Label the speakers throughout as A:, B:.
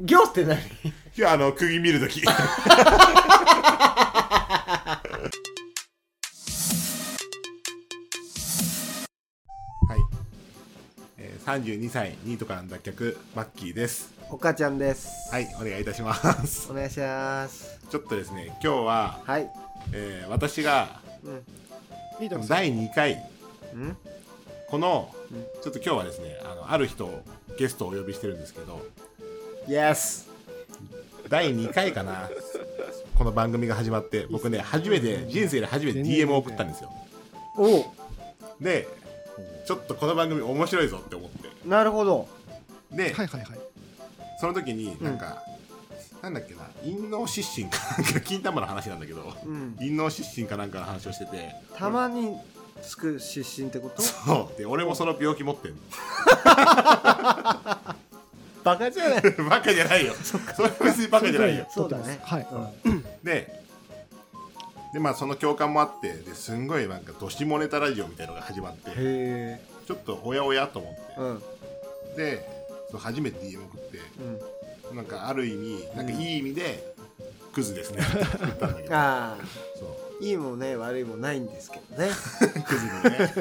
A: 行って何
B: いや、あの、釘見るとき。はい。えー、32歳、ニートからの脱却、マッキーです。
A: お母ちゃんです。
B: はい、お願いいたします。
A: お願いします。
B: ちょっとですね、今日は、
A: はい。
B: えー、私が
A: うん。いいと思う。
B: 第2回、
A: うん。
B: この
A: うん、
B: ちょっと今日はですね、あの、ある人を、ゲストをお呼びしてるんですけど、
A: イエス。
B: 第2回かな、この番組が始まって、僕ね、初めて、人生で初めて DM を送ったんですよ。
A: お
B: でちょっとこの番組面白いぞって思って
A: お。なるほど。
B: で、
C: はいはいはい。
B: その時になんか、なんだっけな陰謀失神かなんか金玉の話なんだけど
A: うん。
B: 陰謀失神かなんかの話をしてて
A: たまにつく出身ってこと
B: そうで俺もその病気持ってんの
A: バカじゃない。
B: バカじゃないよそれは別にバカじゃないよ
A: そうだね。
C: はい
A: うん
B: ででまあその共感もあってですんごいなんかどしもネタラジオみたいのが始まって
A: へえ。
B: ちょっとおやおやと思って、
A: うん。
B: でそう初めて DM 送って
A: うん。
B: なんかある意味なんかいい意味で、ク ズですねって言ったんだけど
A: あ
B: そう
A: あ、いいもね、悪いもないんですけど ね。
B: クズのね。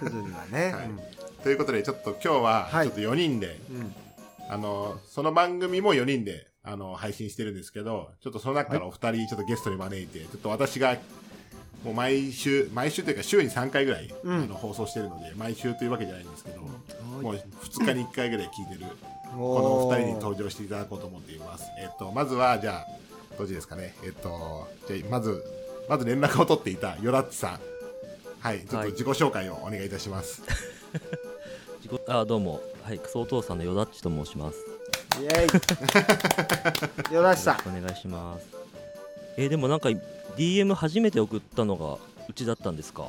A: クズにはね。
B: はいということで、ちょっと今日は、
A: はい
B: ちょっと4人で、
A: うん。うん。
B: あの、その番組も4人で、あの、配信してるんですけど、ちょっとその中からお二人、ちょっとゲストに招いて、ちょっと私が、もう毎週、毎週というか週に3回ぐらい、
A: うん
B: あの放送してるので、毎週というわけじゃないんですけど、もう2日に1回ぐらい聞いてる、このお二人に登場していただこうと思っています。えっと、まずは、じゃあ、どっちですかね。えっと、じゃあ、まず、まず連絡を取っていた、よらっちさん。はい、ちょっと自己紹介をお願いいたします。
D: 自己あどうも、はい、クソお父さんのよだっちと申します。よ
A: イエ イ。よら
D: ろ
A: し
D: し
A: さ
D: くお願いします。えーでもなんか DM 初めて送ったのがうちだったんですか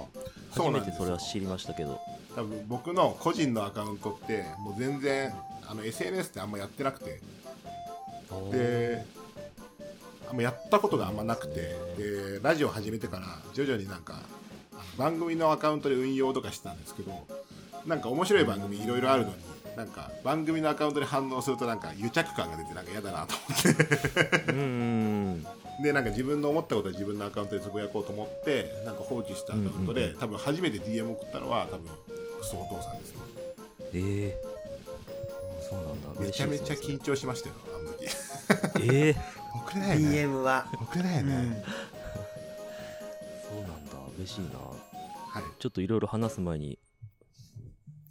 B: そうな
D: 初め
B: んです
D: てそれは知りましたけど。
B: 多分僕の個人のアカウントってもう全然あの SNS ってあんまやってなくてであんまやったことがあんまなくてでラジオ始めてから徐々になんかあの番組のアカウントで運用とかしてたんですけどなんか面白い番組いろいろあるのになんか番組のアカウントで反応するとなんか癒着感が出てなんか嫌だなと思って
D: うんうん
B: でなんか自分の思ったことは自分のアカウントでつぶやこうと思ってなんか放置したアカウントで、
D: うんう
B: 多分初めて DM 送ったのは多分クソお父さんですね
D: うん。えー、そうなんだ。
B: めちゃめちゃ緊
D: 緊
B: 張しましたよ、あの 時。
D: えー、
B: 遅れな
A: DM は。
B: 遅れないよね。
D: そうなんだ。嬉しいな。
B: はい。
D: ちょっといろいろ話す前に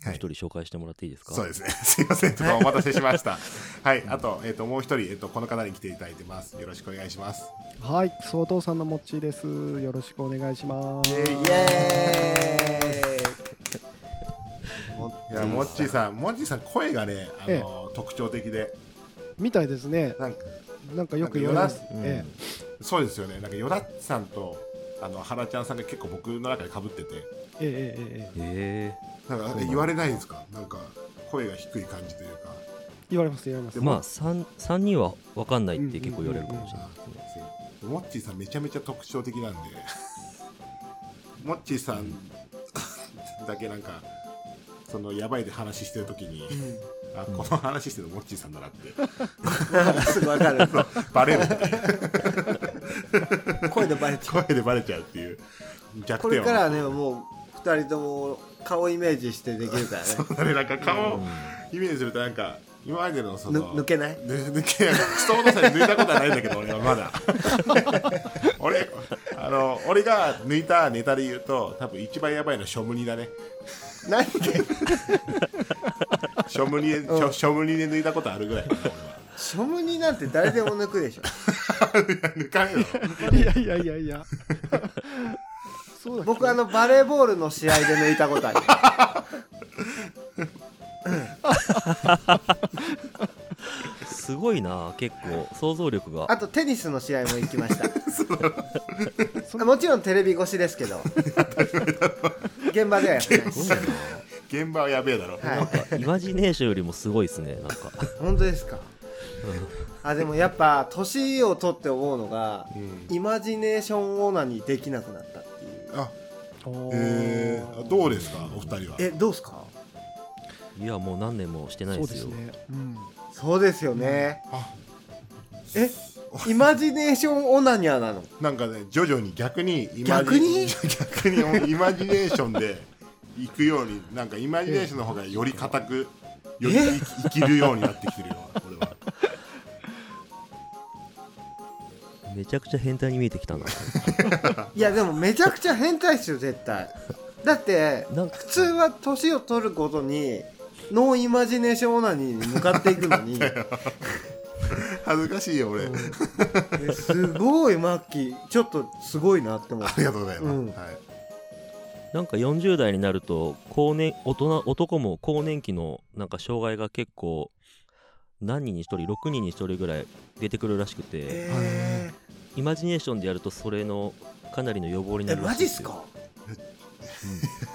B: は
D: 一人紹介してもらっていいですか、
B: そうですね。 すいません。ちょっとお待たせしま した。はい。あと、えっ、と、もう一人、えっ、と、この方に来ていただいてます。よろしくお願いします。
C: はい、総統さんのもっちーです。よろしくお願いします。
A: イエーイ。
B: いや、もっちーさん、もっちーさん、声がね、あの、特徴的で、
C: みたいですね。
B: なんか、
C: なんかよく言
B: な
C: われ
B: ん
C: ま
B: か
C: す。
D: うん
C: え
B: そうですよね。なんか、よらっちさんと、あの、はらちゃんさんが結構僕の中で被ってて、
C: ええええええ
D: え
B: なんか、
D: そうなんだ
B: 言われないんですかなんか、声が低い感じというか。
C: 言われます言われます。
D: ー、まあ 3, 3人は分かんないって結構言われるかもしれないですね。
B: モッチーさんめちゃめちゃ特徴的 なんでモッチーさんだけなんかそのやばいで話してる時にあこの話してるのモッチーさんだなって
A: すぐわか る。
B: バ レるっていう
A: 声でバレちゃう。
B: 声でバレちゃうっていう逆
A: こ
B: 転
A: れ
B: を
A: からはね、もう二人とも顔イメージしてできるからね。
B: そうだねなんか顔
D: う
B: を
D: ん
B: イメージするとなんか今までのそ
A: ぬ
B: の
A: 抜けない
B: ぬ抜けないストーンさんに抜いたことはないんだけど俺は まだ俺あの俺が抜いたネタで言うと多分一番やばいのはショムニだね
A: 何で
B: ショムニで、ショショムニで抜いたことあるぐらいかな俺は。
A: ショムニなんて誰でも抜くでしょ。
B: 抜かねえだろ。
C: いやいやいや いや。そうだっけ
A: 僕あのバレーボールの試合で抜いたことある。
D: すごいな、結構想像力が。
A: あとテニスの試合も行きました。もちろんテレビ越しですけ ど。現場ではやってないです。
B: 現場はやべえだろ。
A: はい。
D: イマジネーションよりもすごいですね、なんか。
A: 本当ですか、あでもやっぱ年を取って思うのが、
B: うん
A: イマジネーションオーナーにできなくなったっていう
B: あ、
C: おー
B: えー、どうですか、お二人は。
A: えどうすか
D: いやもう何年もしてない
C: そう
D: で
C: です
D: よ
C: すね。うん。
A: そうですよね、
B: あ
A: えイマジネーションオナニャなの
B: なんかね徐々に逆にイマ
A: 逆
B: ジ
A: に
B: 逆にイマジネーションで行くようになんかイマジネーションの方がより固くより
A: え
B: 生きるようになってきてるよ俺は
D: めちゃくちゃ変態に見えてきたな
A: いやでもめちゃくちゃ変態っすよ絶対だって
D: なんか
A: 普通は年を取るごとにノーイマジネーションオナニーに向かっていくの に
B: 恥ずかしいよ俺、あ
A: えすごいマッキーちょっとすごいなって思って
B: りがとうございます、
A: うん
B: はい、
D: なんか40代になると高年大人男も更年期のなんか障害が結構何人に1人6人に1人ぐらい出てくるらしくて、
A: え
D: イマジネーションでやるとそれのかなりの予防に
A: ー、
D: な
A: え
D: るら
A: マ
D: し
A: ジっ
D: いですすよ
A: か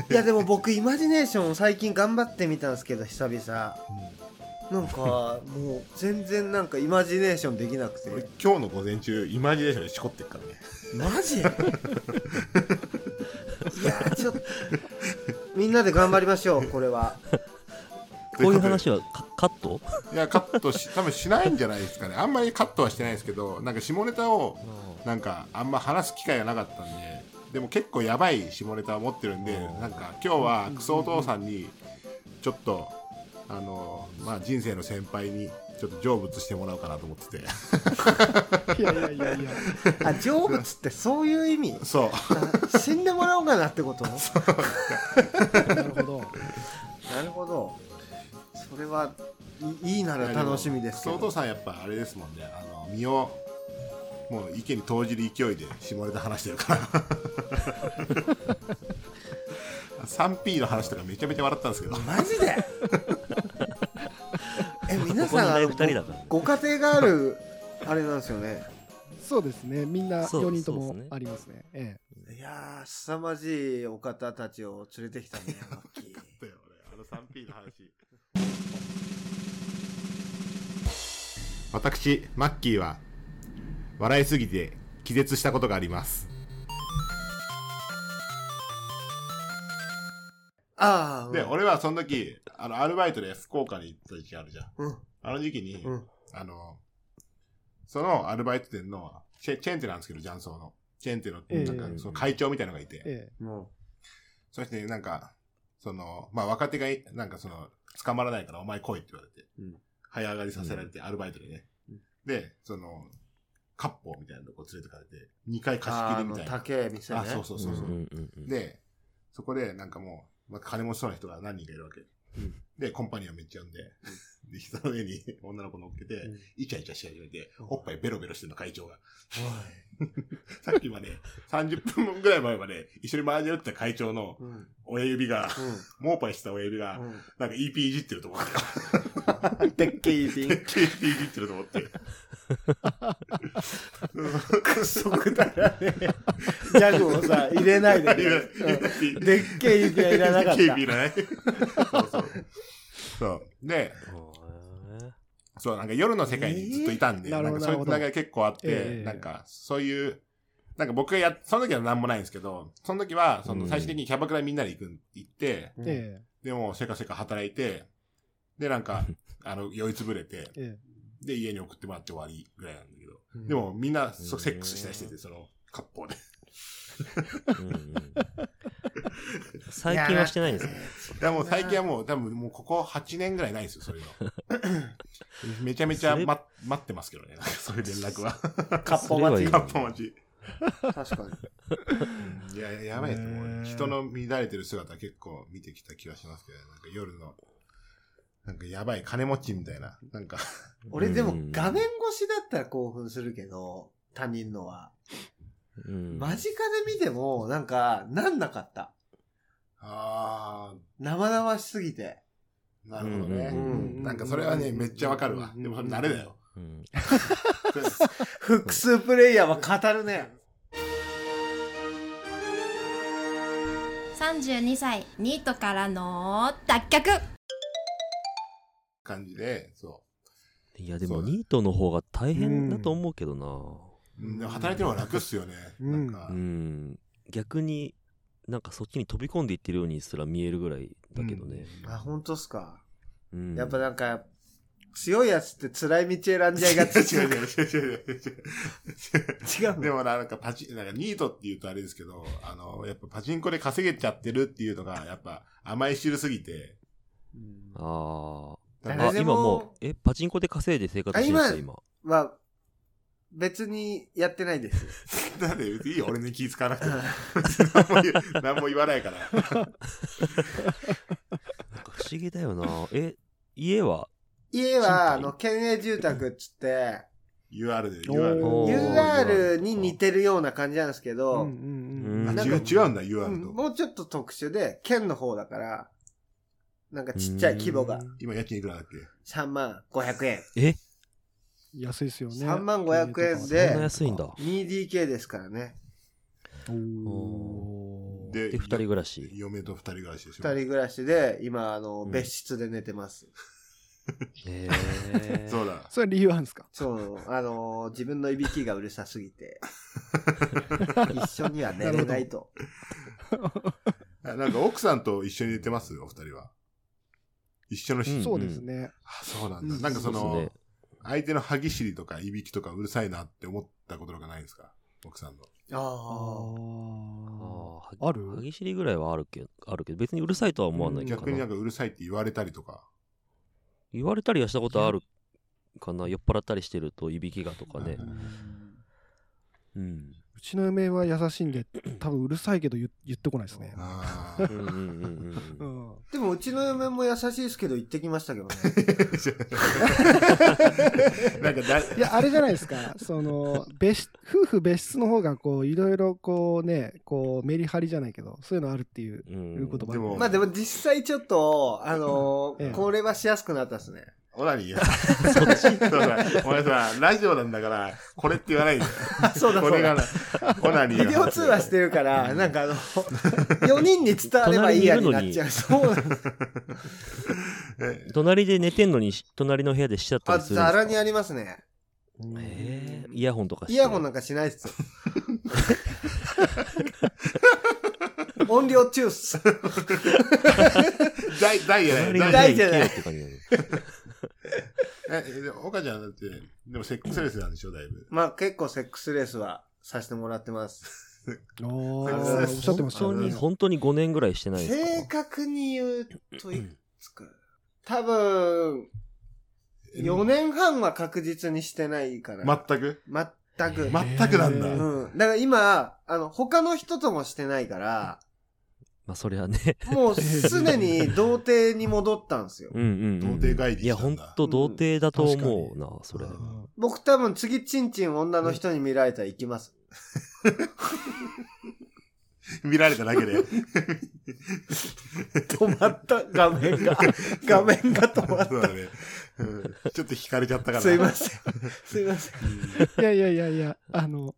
A: いやでも僕イマジネーションを最近頑張ってみたんですけど久々なんかもう全然なんかイマジネーションできなくて
B: 俺今日の午前中イマジネーションでしこってるからね
A: マジいやちょっとみんなで頑張りましょうこれは
D: こういう話はカカット
B: いやカットし 多分しないんじゃないですかねあんまりカットはしてないですけどなんか下ネタをなんかあんま話す機会がなかったんででも結構やばい下ネタを持ってるんでなんか今日はクソお父さんにちょっとあのまあ人生の先輩にちょっと成仏してもらおうかなと思ってて
C: いやいやいやいや。
A: あ成仏ってそういう意味
B: そう
A: あ死んでもらおうかなってこと
C: なるほど。
A: なるほどそれはいいいなら楽しみです
B: ク
A: け
B: ソお父
A: ど
B: さんやっぱあれですもんねあの身をもう池に投じる勢いで下ネタ話してるから 3P の話とかめちゃめちゃ笑ったんですけど
A: マジ でえ皆
D: ここ
A: さ
D: に
A: ん
D: ね
A: あの
D: 二人だからね
A: ごご家庭があるあれなんですよね
C: そうですね。みんな
D: そう
C: 4人と
D: そう
C: も
D: ですね
C: ありますね。え
A: いやー凄まじいお方たちを連れてきた ねマッキー
B: だよ俺あの 3P の話私マッキーは笑いすぎて気絶したことがあります
A: ああ
B: で俺はその時あのアルバイトで福岡に行った時期あるじゃん
A: うん
B: あの時期に、
A: うん
B: あのそのアルバイト店のチェチェーン店なんですけどジャンソーのチェーン店のな
C: え
B: ん
C: え
B: かその会長みたいのがいて、
C: え。ええ。
A: も
B: そしてなんか、その、まあ若手がい、なんかその、捕まらないからお前来いって言われて、
A: うん
B: 早上がりさせられて、アルバイトでね。
A: うん
B: で、その、カッポーみたいなとこ連れてかれて、2回
A: う
B: 貸し切りみ
A: あ
B: た
A: の
B: いな。
A: 竹店ね
B: あそうそうそうそう。
D: んうんうん
B: で、そこでなんかもう、まあ、金持ちそうな人が何人かいるわけ。で、コンパニオンめっちゃ呼んで、で、膝の上に女の子乗っけて、
A: うん
B: イチャイチャし始めて、
A: うん
B: おっぱいベロベロしてるの会長が。さっきまで、30分ぐらい前まで、一緒にマージャルってた会長の
A: うんうん
B: 親指が、モーパイしてた親指が、なんか EP いじってると思って。
A: うんでっけいピン
B: EP いじってると思って。
A: クソくだらねえジャグをさ入れないでね、うんでっけえ指はいら なかっ
B: 警
A: た
B: 備いらない。そうそう。そう。で、そう、なんか夜の世界にずっといたんで、
C: えー
B: なんかそうい
C: なる
B: う
C: ほ
B: 流
C: ど
B: れ結構あって、
C: ええ
B: なんかそういう、なんか僕がや、その時は何もないんですけど、その時は、その最終的にキャバクラみんなで行く、行って、
A: うん
C: え
B: でもせかせか働いて、で、なんか、あの、酔いつぶれて、
C: え。え
B: で、家に送ってもらって終わりぐらいなんだけど、
A: うん
B: でもみんな、そ
D: うん
B: セックスしたりしてて、その、割烹で。
D: うんうん最近はしてないんですね
B: いやもう最近はもう多分もうここ8年ぐらいないですよ、そう いうの。めちゃめちゃ、ま、待ってますけどね、なんかそういう連絡は。
A: カッポ待ち
D: それはいい
B: カッパ待ち。
A: 確かに
B: いや、やばいですね。もう
C: ねえ
B: 人の乱れてる姿結構見てきた気がしますけど、なんか夜の、なんかやばい金持ちみたいな、なんか、
A: 俺でも
D: うん
A: 画面越しだったら興奮するけど他人のは
D: うん
A: 間近で見てもなんかなんなかった
B: あ
A: 生々しすぎて
B: ー、なるほどね。
D: うん
B: なんかそれはね、めっちゃわかるわ。
A: うん
B: でもそれ慣れだよ。
D: うん
B: それ
A: 複数プレイヤーは語るね
E: 32歳ニートからの脱却
B: 感じで、そ
D: いやで
B: そ
D: も
B: うだ
D: ニートの方が大変だと思うけどな
B: う。うんでも働いてる方が楽っすよね。なんか
D: う、ん逆になんかそっちに飛び込んでいってるようにすら見えるぐらいだけどね
A: あ本当っすか
D: うん
A: やっぱなんか、強いやつって辛い道選んじゃいがち。
B: 違う違う違う違う違う
A: 違う
B: 違う。でもな、なんかパチ、なんかニートって言うとあれですけど、あの、やっぱパチンコで稼げちゃってるっていうのが、やっぱ甘い汁すぎて、
A: うん
D: あ
A: だ
D: あ
A: か
D: あ
A: らで
D: 今
A: も
D: もうえパチンコで稼いで生活してるんですか今
A: まあ、別にやってないです。
B: なんでいいよ、俺に気ぃ使わなくても。何も言う何も言わないから。
D: なんか不思議だよなえ家は
A: 家は、あ
D: 賃貸
A: の、県営住宅っつって、
B: UR で、
C: お
B: UR
C: ー
A: UR に似てるような感じなんですけ
C: うんう
A: ど、
C: ん
B: あ
A: なん
B: 違
A: か
B: う。違うんだ、
A: うん
B: UR と。
A: もうちょっと特殊で、県の方だから、なんかちっちゃい規模が
D: うん
B: 今家賃いくらだっけ
A: 3万500円。
C: うん。安いですよね。
A: 3万500円
D: そ
A: で
D: んな安いんだ
A: 2DK ですからね。
C: おー。
D: で2人暮らし
B: 嫁と二人暮らしでしょ。
A: 二人暮らしで、今、あの、
D: うん
A: 別室で寝てます。
D: ええ
B: そうだ。
C: それ理由あるんですか
A: そう、あのー自分のいびきがうるさすぎて、一緒には寝れないと。
B: あなんか奥さんと一緒に寝てますお二人は。一緒のし、
D: うん
C: そうですね。
B: あそうなんだ。
C: うん
B: なんかそ
D: そう
B: の、
D: ですね
B: 相手の歯ぎしりとかいびきとかうるさいなって思ったこととかないですか奥さんの。
A: あ
C: あ
D: あ
C: ある
D: 歯ぎしりぐらいはあるけどあるけど別にうるさいとは思わないけど
B: 逆に
D: な
B: なんかうるさいって言われたりとか。
D: 言われたりはしたことあるかな酔っ払ったりしてるといびきがとかね
B: う
C: あ。
B: ん
D: うん
C: うちの嫁は優しいんで、多分うるさいけど言言ってこないですね。
B: ああ
D: う。んうんうんう
C: うんん。
A: でもうちの嫁も優しいですけど行ってきましたけどね。
B: なんかだ、
C: いや、あれじゃないですか。その、別室、夫婦別室の方が、こう、いろいろ、こうね、こう、メリハリじゃないけど、そういうのあるっていう、
D: うん
C: いうこともある
B: でも
A: まあでも実際ちょっと、あのー
C: ええ
A: これはしやすくなったですね。
B: オナニーや。そうだお前さ、ラジオなんだから、これって言わないで。
A: そうだ
B: こ
A: そ
B: れ
A: う
B: が
A: だ。
B: な、オナニ
A: ビ
B: ー
A: デオ通話してるから、なんかあの、4人に伝わればいいやになっちゃう。そうなんです。
B: え
D: 隣で寝てんのにし隣の部屋でしちゃった
A: あ、
D: りするんで
A: ざ
D: すから
A: にありますね。
D: えーイヤホンとかして
A: イヤホンなんかしないっす よ。音量中っす。
B: ダイ、ダイや
D: 隣
B: ない。
D: の部
B: ダ
D: 屋
A: 大
B: イ
A: じゃない
D: 行けよって感じだね
B: え、えで岡ちゃんだって、でもセックスレスなんでしょ、だいぶ。
A: まあ結構セックスレースはさせてもらってます。
C: ああ、
B: そう
C: おっ
B: です
C: しゃってました
D: 本当に
C: ね。
D: 本当に5年ぐらいしてないですか
A: 正確に言うといつか。多分、4年半は確実にしてないから。
B: 全く
A: 全く。
B: 全くなんだ。
C: え
A: う
C: ー
A: ん。だから今、あの、他の人ともしてないから、
D: まあそれはね
A: もうすでに童貞に戻ったんですよ。
D: うんうん、うん、
B: 童貞帰り
D: いや
B: したん
D: 本
B: だ
D: 当童貞だと思うな、それ
B: うん
A: 僕多分次、チンチン女の人に見られたら行きます。
B: 見られただけで。
A: 止まった、画面が。 画面が止まっ
B: そうだね。うんちょっと惹かれちゃったか
A: た。
B: ら。
A: すいません。すいません。
C: いやいやいやいや、あの、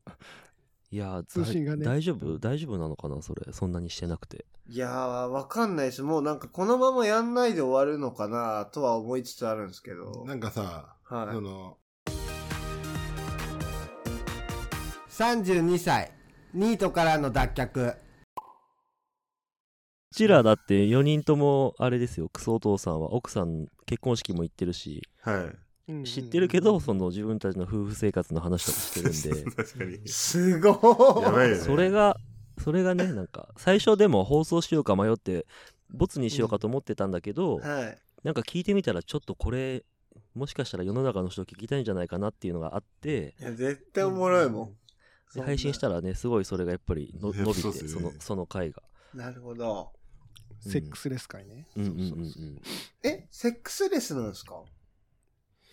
D: いやだ
C: 通信がね
D: 大丈夫大丈夫なのかなそれそんなにしてなくて
A: いやー、わかんないです。もうなんかこのままやんないで終わるのかなとは思いつつあるんですけど。
B: なんかさ、
A: はい
B: その、
A: 32歳、ニートからの脱却。
D: うちらだって4人ともあれですよクソお父さんは奥さん結婚式も行ってるし
B: はい。
D: 知ってるけど
C: そ
D: その自分たちの夫婦生活の話とか してるん
B: 確かに。
A: すご
B: やばい
A: ー
B: よ
D: で
B: ね。
D: それがそれがねなんか最初でも放送しようか迷ってボツにしようかと思ってたんだけど、
A: はい。
D: なんか聞いてみたらちょっとこれもしかしたら世の中の人聞きたいんじゃないかなっていうのがあって
A: いや、絶対おもろいもん。そ
D: で
A: んな
D: 配信したらねすごいそれがやっぱりの
B: いや
D: 伸びて
B: そ
D: そう
B: っすよね
D: のその回が
A: なるほど。
C: セックスレス会ね。
D: うんうんうん
C: そうそう
A: え、セックスレスなんですか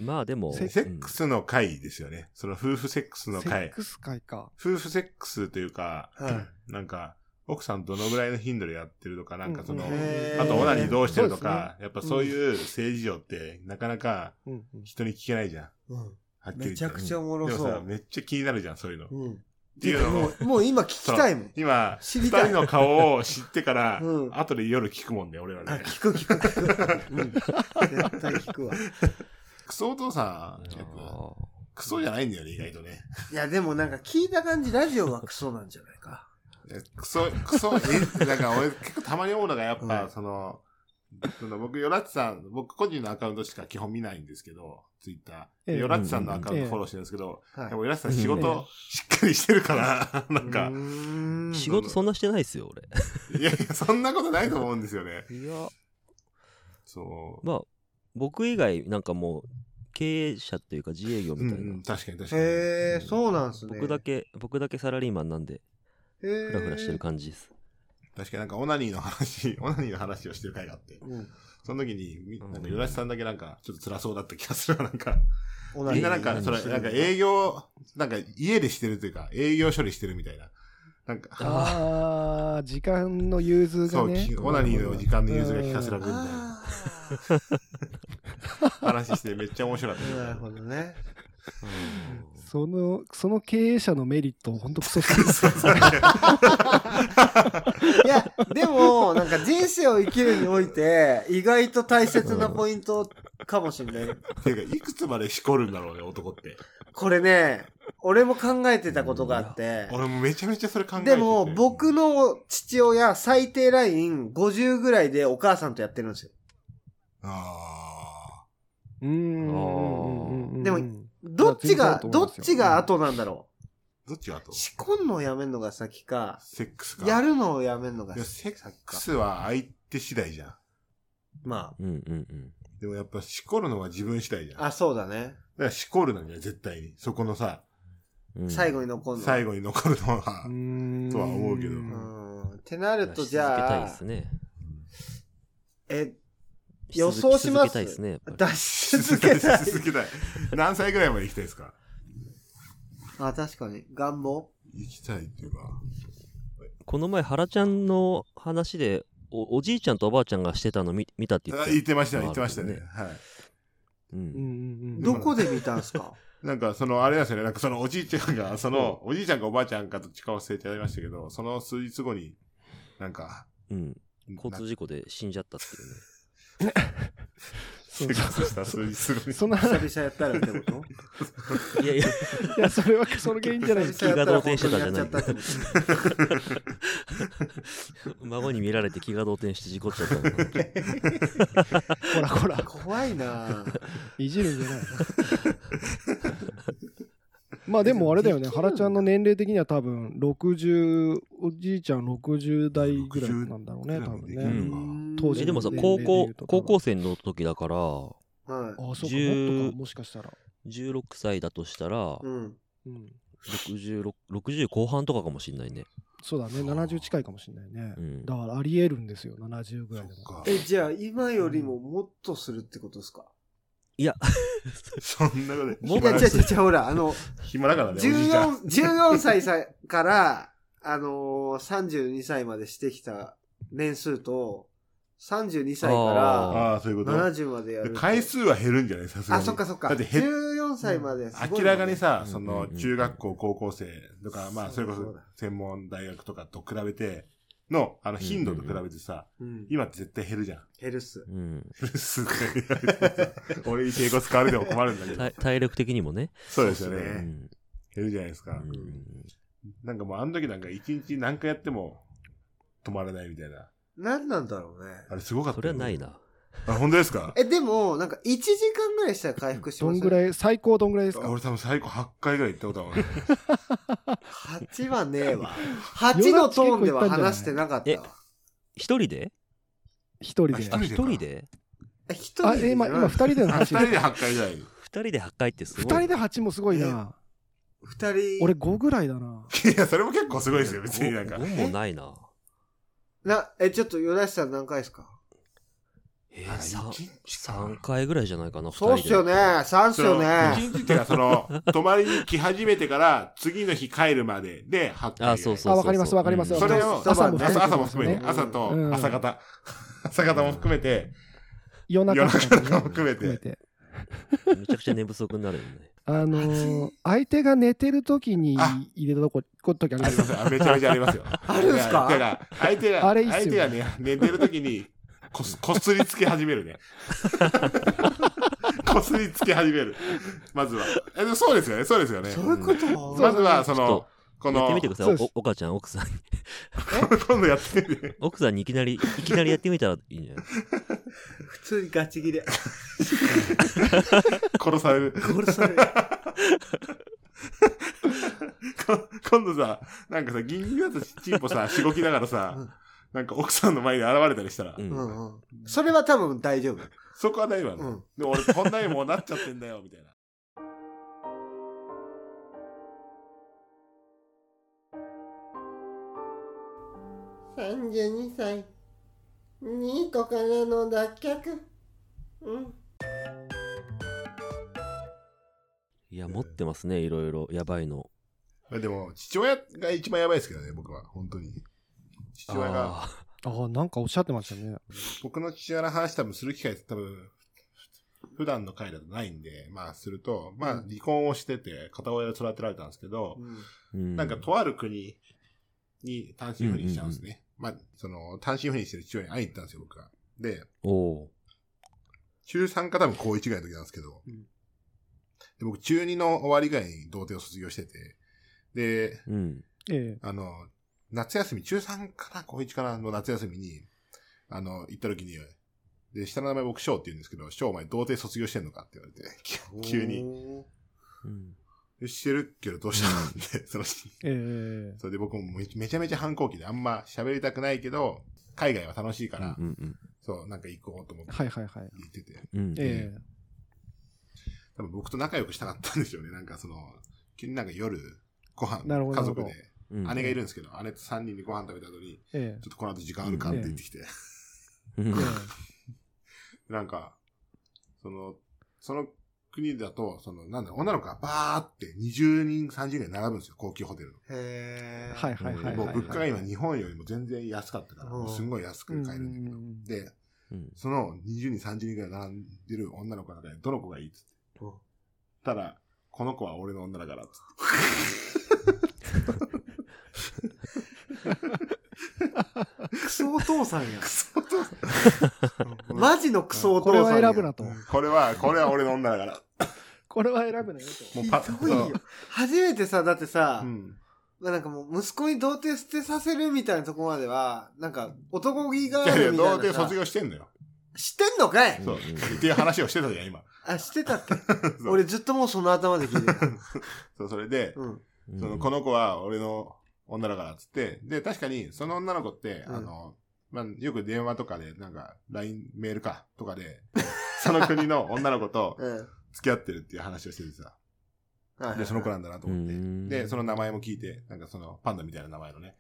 D: うんまあでも
C: セ
B: セック
D: ス
B: スの会ですよね。その夫婦セックスの
C: セッ
B: 会。
C: クス会か。
B: 夫婦セックスというか、
A: は
B: なんか、奥さんどのぐらいの頻度でやってるとか、なんかその、
C: うんうん
A: へー
B: あとオナニーどうしてると
C: そうです
B: か、やっぱそういう性事情ってなかなか
C: うんうん
B: 人に聞けないじゃん。
A: うん。
B: はっきり言
A: め
B: って
A: ちゃくちゃおもろ
B: でも
A: そ
B: さ、
A: う。
B: めっちゃ気になるじゃん、そういうの。
A: うん。
B: ていうのを
A: もう、もう今聞きたいもん。
B: 今、
A: 知
B: 二
A: りたい
B: 人の顔を知ってから、
A: うん
B: 後で夜聞くもんね、俺ら
A: あ、
B: ね。
A: 聞く聞く聞く。うん。絶対聞くわ。
B: クソお父さん、やっぱ、クソじゃないんだよね、意外とね。
A: いや、でもなんか聞いた感じ、ラジオはクソなんじゃないか。
B: クソ、クソ、え、なんか俺結構たまに思うのがやっぱ、
A: うん
B: その、その僕、よらつさん、僕個人のアカウントしか基本見ないんですけど、ツイッター。
C: ええ
B: でよらつさんのアカウントフォローしてるんですけど、
A: はい
B: でもよらつさん仕事しっかりしてるから、 なんか
A: う、ーん
D: 仕事そんなしてないですよ、俺。
B: いやいや、そんなことないと思うんですよね。
D: いや。
B: そう。
D: まあ、僕以外、なんかもう、経営者というか自営業みたいな。
B: うんうん確かに確かに。
A: へえそうなんすね
D: 僕だけ、僕だけサラリーマンなんで、
A: へ
D: フ
A: ー
D: ラフラしてる感じです。
B: 確かになんかオナニーの話、 オナニーの話をしてる回があって、
A: うん
B: その時に、み
D: うん
B: なんか、よらしさんだけなんか、ちょっと辛そうだった気がするわ、なんか。
A: オナニー
B: みんななんか、
D: 何
B: それ、
D: して
B: なんか営業、なんか家でしてるというか、営業処理してるみたいな。なんか、
C: ああ、時間の融通
B: そ
C: が
B: う、
C: ね
B: き。オナニーの時間の融通が効かせられるみたいな
A: あ
B: 話してめっちゃ面白かっ
A: ー
B: た。
A: なるほどね
C: その、その経営者のメリット、ほんとクソす
B: そうそう
A: いやでもなんか人生を生きるにおいて意外と大切なポイントかもしれない
B: ていうか、いくつまでしこるんだろうね、男って。
A: これね俺も考えてたことがあって
B: 俺もめちゃめちゃそれ考えてて
A: でも、僕の父親、最低ライン50ぐらいでお母さんとやってるんですよ。
B: あ
C: うーん。
A: でも
C: うん
A: どっち
C: いや全然だ
A: が、
C: と思い
A: ど
C: ます
A: っ
C: よ
A: ちが後なんだろ
B: ーどっちがと
A: う。仕込んのをやめるのが先か、
B: セックスか。
A: やるのをやめるのが
B: いや、セ
A: 先
B: ッ
A: か。
B: クスは相手次第じゃん。
A: ま
D: うんうんうん。
B: でもやっぱしこるのは自分次第じ
A: あ、
B: ゃん。だか
A: あ、そうだね。
B: らしこるなんじゃない絶対に。そこのさ、
D: うん
A: 最後に残るの。
B: 最後に残るのは
C: う。ーん
B: とは思うけ
A: う
B: ど
C: うん
A: ん。ってなると、じ
D: 続けたい
A: ゃ
D: で
A: あ
D: す、ね。
A: え、予想します
D: 続けたいですね。やっぱり
A: 出し
B: 続
A: 続
B: け
A: け
B: た
A: た
B: い。
A: い。
B: 続けたい。何歳ぐらいまで行きたいですか
A: あ、確かに。願望
B: 行きたいっていうか。
D: この前、原ちゃんの話で、おおじいちゃんとおばあちゃんがしてたの見見たって言っ
B: あ
D: て
B: 言ってましたね、言ってましたね。
D: ね
B: は
D: う。
C: うんん
A: どこで見たんすか
B: い。なんか、その、あれなんですよね、なんかそのおじいちゃ んが、その、おじいちゃんかおばあちゃんかどっちか忘れちゃいましたけど、その数日後に、なんか、
D: うん。交
B: なん
D: 通
B: か
D: 事故で死んじゃったっていうね。
B: セックスした数日後
C: うん
B: に。
C: そんな
A: 久
C: 話、
A: 々やったらってこと
D: いやいや、
C: いや、それはその原因じゃ ないです
A: 久
D: 気
A: 々や
D: が
A: ったら本
D: 動転し
A: 当
D: て
A: に
D: た
A: やっ
D: ん
A: ち
D: じ
A: ゃ
D: ゃ
A: っ
D: ない
A: たってこと
D: 孫に見られて気が動転して事故っちゃった のかな
C: ほらほら、
A: 怖いなぁ。
C: いじるんじゃない まあでもあれだよね、
A: できるんだ
C: 原ちゃんの年齢的には多分60、おじいちゃん60代ぐらいなんだろうね、
B: 60
C: 多分
B: ぐらいで
C: ね。
B: きる
C: 当時
D: えでもさ、
C: 年
D: 高
C: 齢で
D: 校
C: 言うと、
D: 高校生の時だから、
A: はい。
C: ああ、そうか、
D: 10
C: もっとか、もしかしたら。
D: 16歳だとしたら、
A: うん。
C: うん、
D: 66 60後半とかかもしんないね。
C: そうだね、70近いかもしれないね。
D: うん
C: だからありえるんですよ、70ぐらいでも。
B: そっか
A: え、じゃあ今よりももっとするってことですか、
D: いや、
B: そんなこと
A: い
B: 暇
A: や、
B: だ
A: 違う違う違う、ほら、あの、
B: 暇だからね、おじいちゃん。
A: 14、14歳さから、あのー、32歳までしてきた年数と、32歳か
B: ああ、そういうこと
A: ら70までやる。
B: 回数は減るんじゃないさすが
A: あ、
B: に。
A: そっかそっか。
B: だって減っ
A: 14歳まで、すごい
B: 明らかにさ、
D: うん
B: そ
D: うんう
B: の
D: んうん
B: 中学校、高校生とか、まあそ
A: そ
B: れ
A: う
B: こ
A: そ
B: そう
A: だ
B: 専門大学とかと比べての、あの頻度と比べてさ、
A: うん。
B: 今って絶対減るじゃん。
A: 減るっす。
D: うん。
B: 減る数が減る俺に抵抗使われても困るんだけど。
D: 体体力的にもね。
B: そうですよ
A: そうで
D: う
A: す
B: ね。
D: ん。
B: 減るじゃないです
D: う
B: か。
D: ん
B: なんかもうあの時なんか一日何回やっても止まらないみたいな。
A: 何なんだろうね。
B: あれすごかった
D: そ
B: よ。
D: れはないな。
B: あ、本当ですか
A: え、でも、なんか1時間ぐらいしたら回復し
C: ど
A: ます
C: んぐらい、最高どんぐらいです
B: あ
C: か
B: 俺多分最高8回ぐらい行ったことあ る。
A: ?8 はねえわ。8のトーンでは話してなかったわ。
D: 一人で
C: 一人で。
B: あ
D: あ、一
B: 一人
D: 人
B: で
D: で
A: え一人
C: あ、
A: で
C: え、今、
A: じゃ
C: 今
A: ない
C: 二人での
B: 2
C: 話。
B: 人で8回ぐらい。
D: 二人で8回ってす
C: 二
D: ごい。
C: 人で8もすごいな。
A: 二人。
C: 俺5ぐらいだな。
B: いや、それも結構すごいですよ、別になんか。
D: ごごもないな。
A: な、え、ちょっと、よだしさん何回ですか
D: え
B: あ
D: ー、さ
B: 一日か
D: 三回ぐらいじゃないかな、二人
A: そうっ
D: です
A: よね。三っす
B: そ
A: よ
B: の
A: ね。
B: 一日っていうか、その、泊まりに来始めてから、次の日帰るまでで、8回。
D: あ、そうそうそうそう。
C: あ、わかります、わかります。
D: うん
B: それを
C: 朝も含め
B: 朝
C: て
B: 朝も含めて、
A: うん
B: 朝と
C: うん
B: 朝方。朝方も含めて、
C: 夜中とか
B: 夜中も含めて
D: めちゃくちゃ寝不足になるよね。
C: あのー、相手が寝てる時に入れたとこ、こ時あり
B: あ
C: ま
B: り
C: す
B: ますあめちゃめちゃありますよ。
A: あるんすか
B: だから、相手が、
C: あれいいっすよ
B: 相手がね、寝てる時に、こす、 こすりつけ始めるね。 こすりつけ始める。まずは。え、でもそうですよね、そうですよね。
A: そういうこと
B: まずは、そ
D: ちょっ
B: の
D: と、
B: こ
D: やっ
B: の
D: てみ、てくださ
C: そ
D: いう
C: です
D: お、お母ちゃん、奥さんに。
B: 今度やってみて。
D: 奥さんにいきなり、いきなりやってみたらいいんじゃない
A: 普通にガチ 切れ。
B: 殺される。
A: 殺される。
B: こ今度さ、なんかさ、ギンギンだとチンポさ、しごきながらさ、
A: うん
B: なんか奥さんの前に現れたりしたら、
D: うん
A: うんうん。それは多分大丈夫。
B: そこは大丈夫な
A: う
B: の。
A: ん。
B: でも俺こんなにもうなっちゃってんだよ、みたいな。
A: 32歳。ニートからの脱却。うん。
D: いや、持ってますね、いろいろ。やばいの。
B: まあでも、父親が一番やばいですけどね、僕は、本当に。父親が、
D: あ
C: ああ、なんかおっしゃってましたね。
B: 僕の父親の話多分する機会って多分、普段の回だとないんで、まあすると、まあ離婚をしてて、片親で育てられたんですけど、
D: ー。うん
B: なんかとある国に単身赴任しちゃうんですね。まあ、その、単身赴任してる父親に会いに行ったんですよ、僕が。で、
D: おう
B: 中3か多分高1ぐらいの時なんですけど、
A: うん
B: で僕中2の終わりぐらいに童貞を卒業してて、で、
D: うん。
C: え
B: あの、夏休み、中3かな、高1かなの夏休みに、あの、行った時に、で、下の名前僕、翔って言うんですけど、翔お前童貞卒業してんのかって言われて、き急に。
A: に。
D: うん。
B: でしてるけどどうしたのって、その、
C: ええ
B: それで僕もめめちゃめちゃ反抗期であんま喋りたくないけど、海外は楽しいから、
D: うんうん
B: そう、なんか行こうと思って
C: えはいはいはい。
B: 言ってて、
D: うん。うん。
C: え
B: 多分僕と仲良くしたかったんでしょうね。なんかその、急になんか夜、ご飯、
C: なるほど
B: 家族
C: な
B: で
C: る、
D: うん
B: 姉がいるんですけど、姉と3人でご飯食べた後に、
C: ええ
B: ちょっとこの後時間あるかって言ってきて、
D: うん
C: ええ
B: なんか、その、その国だと、その、なんだろう、女の子がバーって20人、30人並ぶんですよ、高級ホテルの。
A: へえ。
C: はいはいはいはいはい。
B: もう物価が今日本よりも全然安かったから、
A: うん
B: もうすんごい安く買えるんだけど。
C: うんうんうん
B: で、
D: うん
B: その20人、30人ぐらい並んでる女の子の中で、どの子がいいっつって。
A: うん
B: ただ、この子は俺の女だからっつって。
A: クソお父さんや。
B: そうそう そう
A: マジのクソお父
C: こ
A: さん
C: れ
A: や。
C: は選ぶなと。
B: これは、これは俺の女だから。
C: これは選ぶなよ
B: も
A: ひ
B: うパ
A: どいよ。初めてさ、だってさ、
B: うん。
A: まあなんかもう息子に童貞捨てさせるみたいなとこまでは、なんか男気が
B: い
A: あ
B: やいや、
A: るみた
B: 童
A: いな
B: 貞
A: さ
B: 卒。業してんのよ。
A: してんのかい
B: そう。
D: うんうん
B: っていう話をしてたじゃん、今。
A: あ、してたっけ
B: そう
A: 俺ずっともうその頭で聞いてる。
B: そう、それで、
A: うん。
D: うん
B: その、この子は俺の女だからっつって、で、確かに、その女の子って、
A: うん
B: あの、まあ、よく電話とかで、なんか、LINE、メールか、とかで、 その国の女の子と
A: うん。
B: 付き合ってるっていう話をしててさ、
A: はいはい
B: で、その子なんだなと思って、で、その名前も聞いて、なんかその、パンダみたいな名前のね、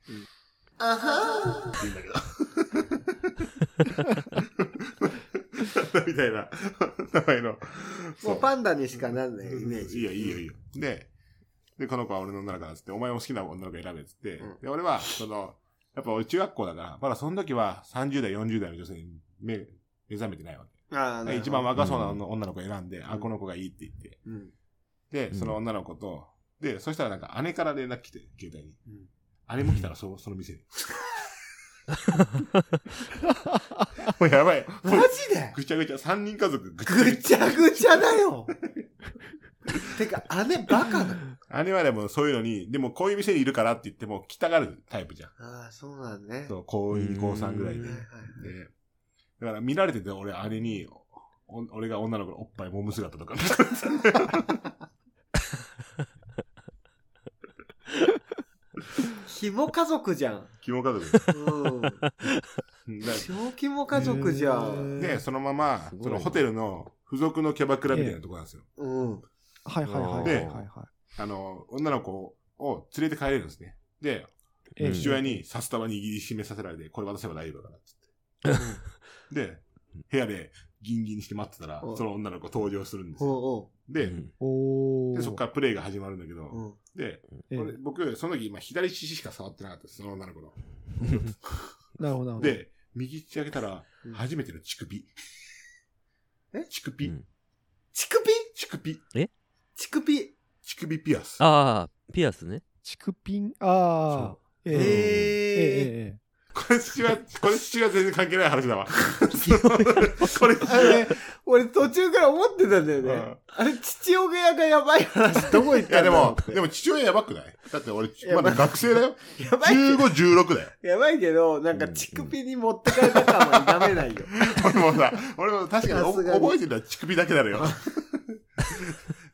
A: あは
B: って言うんだけど。 みたいな、名前の。
A: ーもうパンダにしかなんないイ
B: イ
A: メ
B: メ
A: ージ。
B: ージ。いいよ、いいよ、いいよ。で、で、この子は俺の女の子だっつって、お前も好きな女の子選べっつって、
A: うん
B: で、俺は、その、やっぱ俺中学校だから、まだその時は30代、40代の女性に目、目覚めてないわ
A: あ
B: け。
A: ー
B: で一番。若そうな女女の子選んで、あ、この子がいいって言って。
A: なる
B: で、
D: うん、
B: その女の子と、で、そしたらなんか姉から連絡来て、携帯に。
A: うん
B: 姉も来たら、そ、その店に。もうやばい。
A: ほどマジで
B: ぐちゃぐちゃ、3人家族ぐちゃぐ
A: ぐ
B: ち
A: ちゃぐちゃだ よ。てか、姉バカだ。
B: ゃ。姉はでもそういうのに、でもこういう店にいるからって言っても来たがるタイプじゃん。
A: ああ、そうなんね。
B: そう、高2、高3ぐらいで。
A: はい
B: で
A: はい、
B: だから見られてて、俺、姉に、お俺が女の子のおっぱい揉む姿とか。
A: ひも家族じゃん。
B: キモ家族。
A: うん。
B: だ
A: 超キモ家族じゃん。
B: で、そのまます
D: ごい
B: そ
D: な
B: のホテルの付属のキャバクラみたいなとこなんですよ。
A: うん。
C: はいはいはいはいはいはい。
B: あの、女の子を連れて帰れるんですね。で、
C: ええ
B: 父親に札束握りしめさせられて、これ渡せば大丈夫だからっつって。で、部屋でギンギンにして待ってたら、
A: うん
B: その女の子登場するんです
A: おう
B: よ。
A: お
D: う
B: で、
D: ん
C: おお。
B: でそこからプレイが始まるんだけ
A: う。う
B: ど、
A: ん。
B: で、
C: ええ
B: 俺僕、その時今左乳しか触ってなかったです、その女の子の。
C: なるほどなるほど。
B: で、右乳上げたら
A: うん、
B: 初めての乳首。
A: え
B: 乳首
D: うん
A: チクピ
B: 乳首
A: チクピ
B: 乳首ピアス。
D: ああ、ピアスね。
C: チクピン、ああ。ええええ
A: ええ
C: ええええ。
B: こ私は、これ父は全然関係ない 話だわ。 これ父
A: あれね、俺途中から思ってたんだよね。
B: うん
A: あれ、父親がやばい話、どこ行っ
B: いや
A: たん
B: で
A: だろ
B: も
A: うっ、て
B: でも父親やばくないだって俺、
A: やば
B: ま
A: い
B: だ学生だよ。
A: やばいけ
B: 15、
A: ど、
B: 16だよ。
A: やばいけど、なんか乳首に持ってかれた感は否めないよ。
B: 俺もさ、俺も確かにお
A: さすがに
B: 覚えてるのは乳首だけなのよ。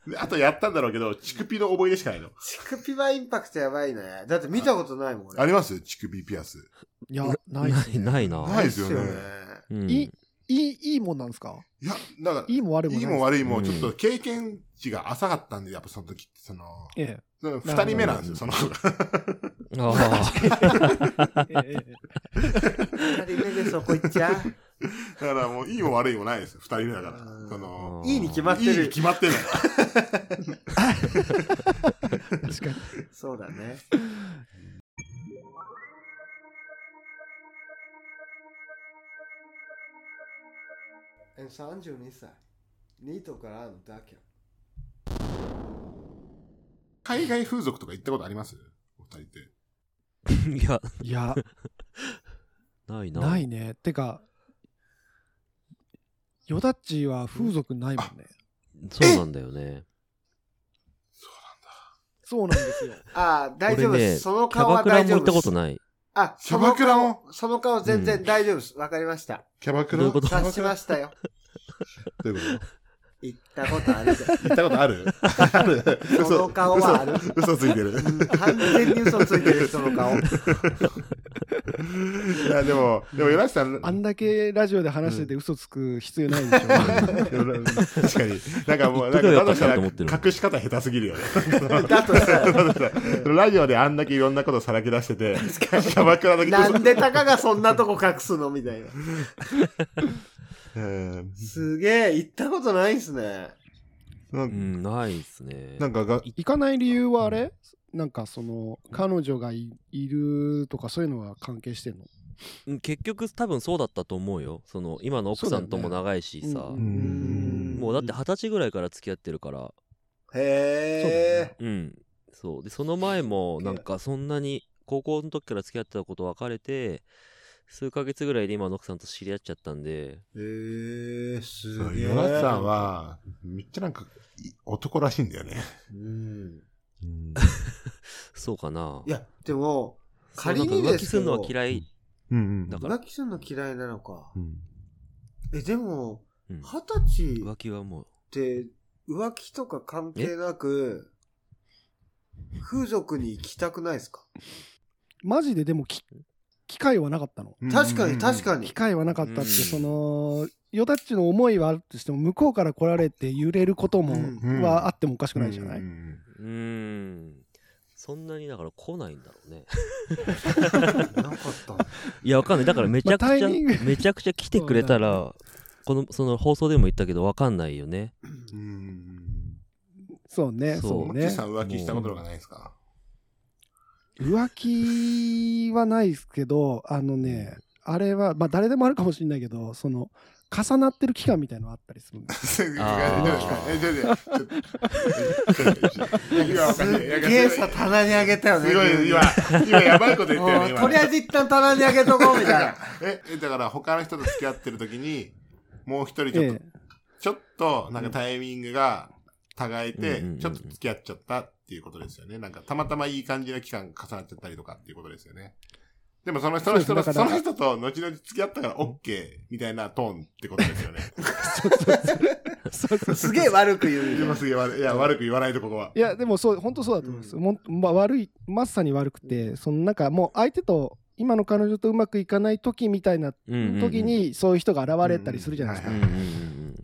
B: であとやったんだろうけど、乳首の思い出しかないの。
A: 乳首はインパクトやばいね。だって見たことないもん、俺
B: あります乳首ピアス。
C: いや、ないっ
D: な
C: す
D: い
C: ね。
D: ないな、
B: ないですよね
A: ないっ
D: うん
C: いい、いい、いいもんなんですか
B: いや、だから、
C: いいも悪いもん
B: いい
C: ない
B: も
C: んすか
B: 悪いも、
D: うん
B: ちょっと経験値が浅かったんで、やっぱその時って、その、
C: え
B: その二人目なんですよ、その子が。
D: ああ
C: え。ええええ
A: 二人目でそこ行っちゃう。
B: だからもう、いいも悪いもないですよ、二人目だか
A: う
B: ら。
A: ん
B: その、
A: いいに決まって
B: いいに
A: る。
B: 決まってる。
C: え確かに。
A: そうだね。え、32歳。ニートからのだけ。
B: 海外風俗とか行ったことありますお二人って。
D: いや
C: いや、
D: ないな
C: ないね。てか、ヨダッチは風俗ないもん ね。
D: そうなんだよね
C: そうなんですよ。
A: ああ、大丈夫
D: 俺
A: で
D: ね
A: す。その
D: キャ
A: 顔
D: バ
A: は
D: クラ
A: 大
D: も
A: 丈夫
D: 行っ
A: で
D: た
A: す。
D: ことない
A: あ、
B: キャバクラも
A: その顔、その顔全
D: う
A: 然
D: ん
A: 大丈夫です。わかりました。
B: キャバクラ
D: どういうこと
B: キャバ
A: 察
B: ク
A: し
B: ラ
A: ましたよ。
B: どういうこ
A: 行ったことあるけど。
B: と行ったことある ある
A: その顔はある
B: 嘘嘘ついてる。
A: 完全に嘘ついてる人の顔。
B: いや、でも、でも、よらしさん、
C: あんだけラジオで話してて嘘つく必要ないで しょ。
B: 確かに。なんかもう、
D: 言
B: なんか、だと
D: っとけばよかっ
B: したた
D: な
B: ら
D: と思ってる
B: 隠し方下手すぎるよね。
A: だとしたら、
B: ラジオであんだけいろんなことさらけ出してて、キャバクラだけ
A: なんでたかがそんなとこ隠すのみたいな。
B: うん
A: すげえ、行ったことないんすね。
B: な
D: うんんないっすね
B: なんかが、
C: 行かない理由はあれなんかその、彼女がいいるとかそういうのは関係してんの
D: うん結局多分そうだったと思うよその今の奥さんとも長いしさ、
C: うん
B: ん
D: もうだって二十歳ぐらいから付き合ってるから
A: へえ。
D: うんそうでその前もなんかそんなに高校の時から付き合ってた子と別れて数ヶ月ぐらいで今の奥さんと知り合っちゃったんで
A: へえ、すげえ。
B: ヨラシさんは、めっちゃなんか、い男らしいんだよね。
A: うん。
D: そうかない
A: や、でも、
D: そう
A: 仮に
D: なんか浮
A: です
D: 気す
A: け
D: るのは
A: ど、
D: 嫌い
B: うんうん
D: だから
A: 浮気するの嫌いなのか
B: う。ん
A: え、でも、
D: うん
A: 二十歳
D: 浮
A: っ
D: 気はもう
A: て浮気とか関係なく、風俗に行きたくないですか
C: マジででもき、機会はなかったの。
A: 確かに確かに
C: 機。会はなかったって、
D: うん
C: その、ヨダッチの思いはあるとしても、向こうから来られて揺れることも、
A: うん
C: はあってもおかしく
B: うん
C: ないじゃない、
B: うんうん
D: うーんそんなにだから来ないんだろうね
A: なかったんだ。
D: いやわかんないだからめちゃく
C: ま
D: ち
C: あ
D: ゃ、
C: タイミング
D: めちゃくちゃ来てく れたらこのその放送でも言ったけどわかんないよね
B: うんうん
C: そうね、
D: そう
C: そう
B: モッチー
C: ね
B: さ。ん浮気したことがないですか
C: 浮気はないですけど、あのね、あれは、まあ誰でもあるかもしれないけど、その、重なってる期間みたいのはあったりするんだ
D: あー
B: え、ちょっとちょっとちょっとちょっと今わか
A: す
B: んない
A: っげえさ、
B: す
A: 棚にあげたよね。
B: ごい、今、今やばいこと言ったよ
A: も
B: ね、
A: う
B: 今。
A: とりあえず一旦棚にあげとこうみたいな。
B: え、えだから他の人と付き合ってる時に、もう一 人ちょっ
C: え
B: と、ちょっと、なんかタイミングが、互えて
D: うんうんうんう、ん
B: ちょっと付き合っちゃったっていうことですよね。なんか、たまたまいい感じの期間重なっちゃったりとかっていうことですよね。でもその人の人の、
C: そうです
B: そ
C: だか
B: の
C: ら
B: 人と後々付き合ったから OK みたいなトーンってことです よね。
C: えそうそう
A: すげえ悪く言う
B: 今
A: よ。
B: すげえ悪い、いや、悪く言わないとここは。
C: いや、でもそう、本当そうだと思います。
A: う
C: もんまあ、悪い、まさに悪くて、そのなんかもう相手と、今の彼女とうまくいかない時みたいな
D: うんうんうん
C: 時に、そういう人が現れたりするじゃないですか
D: うんうんうんうん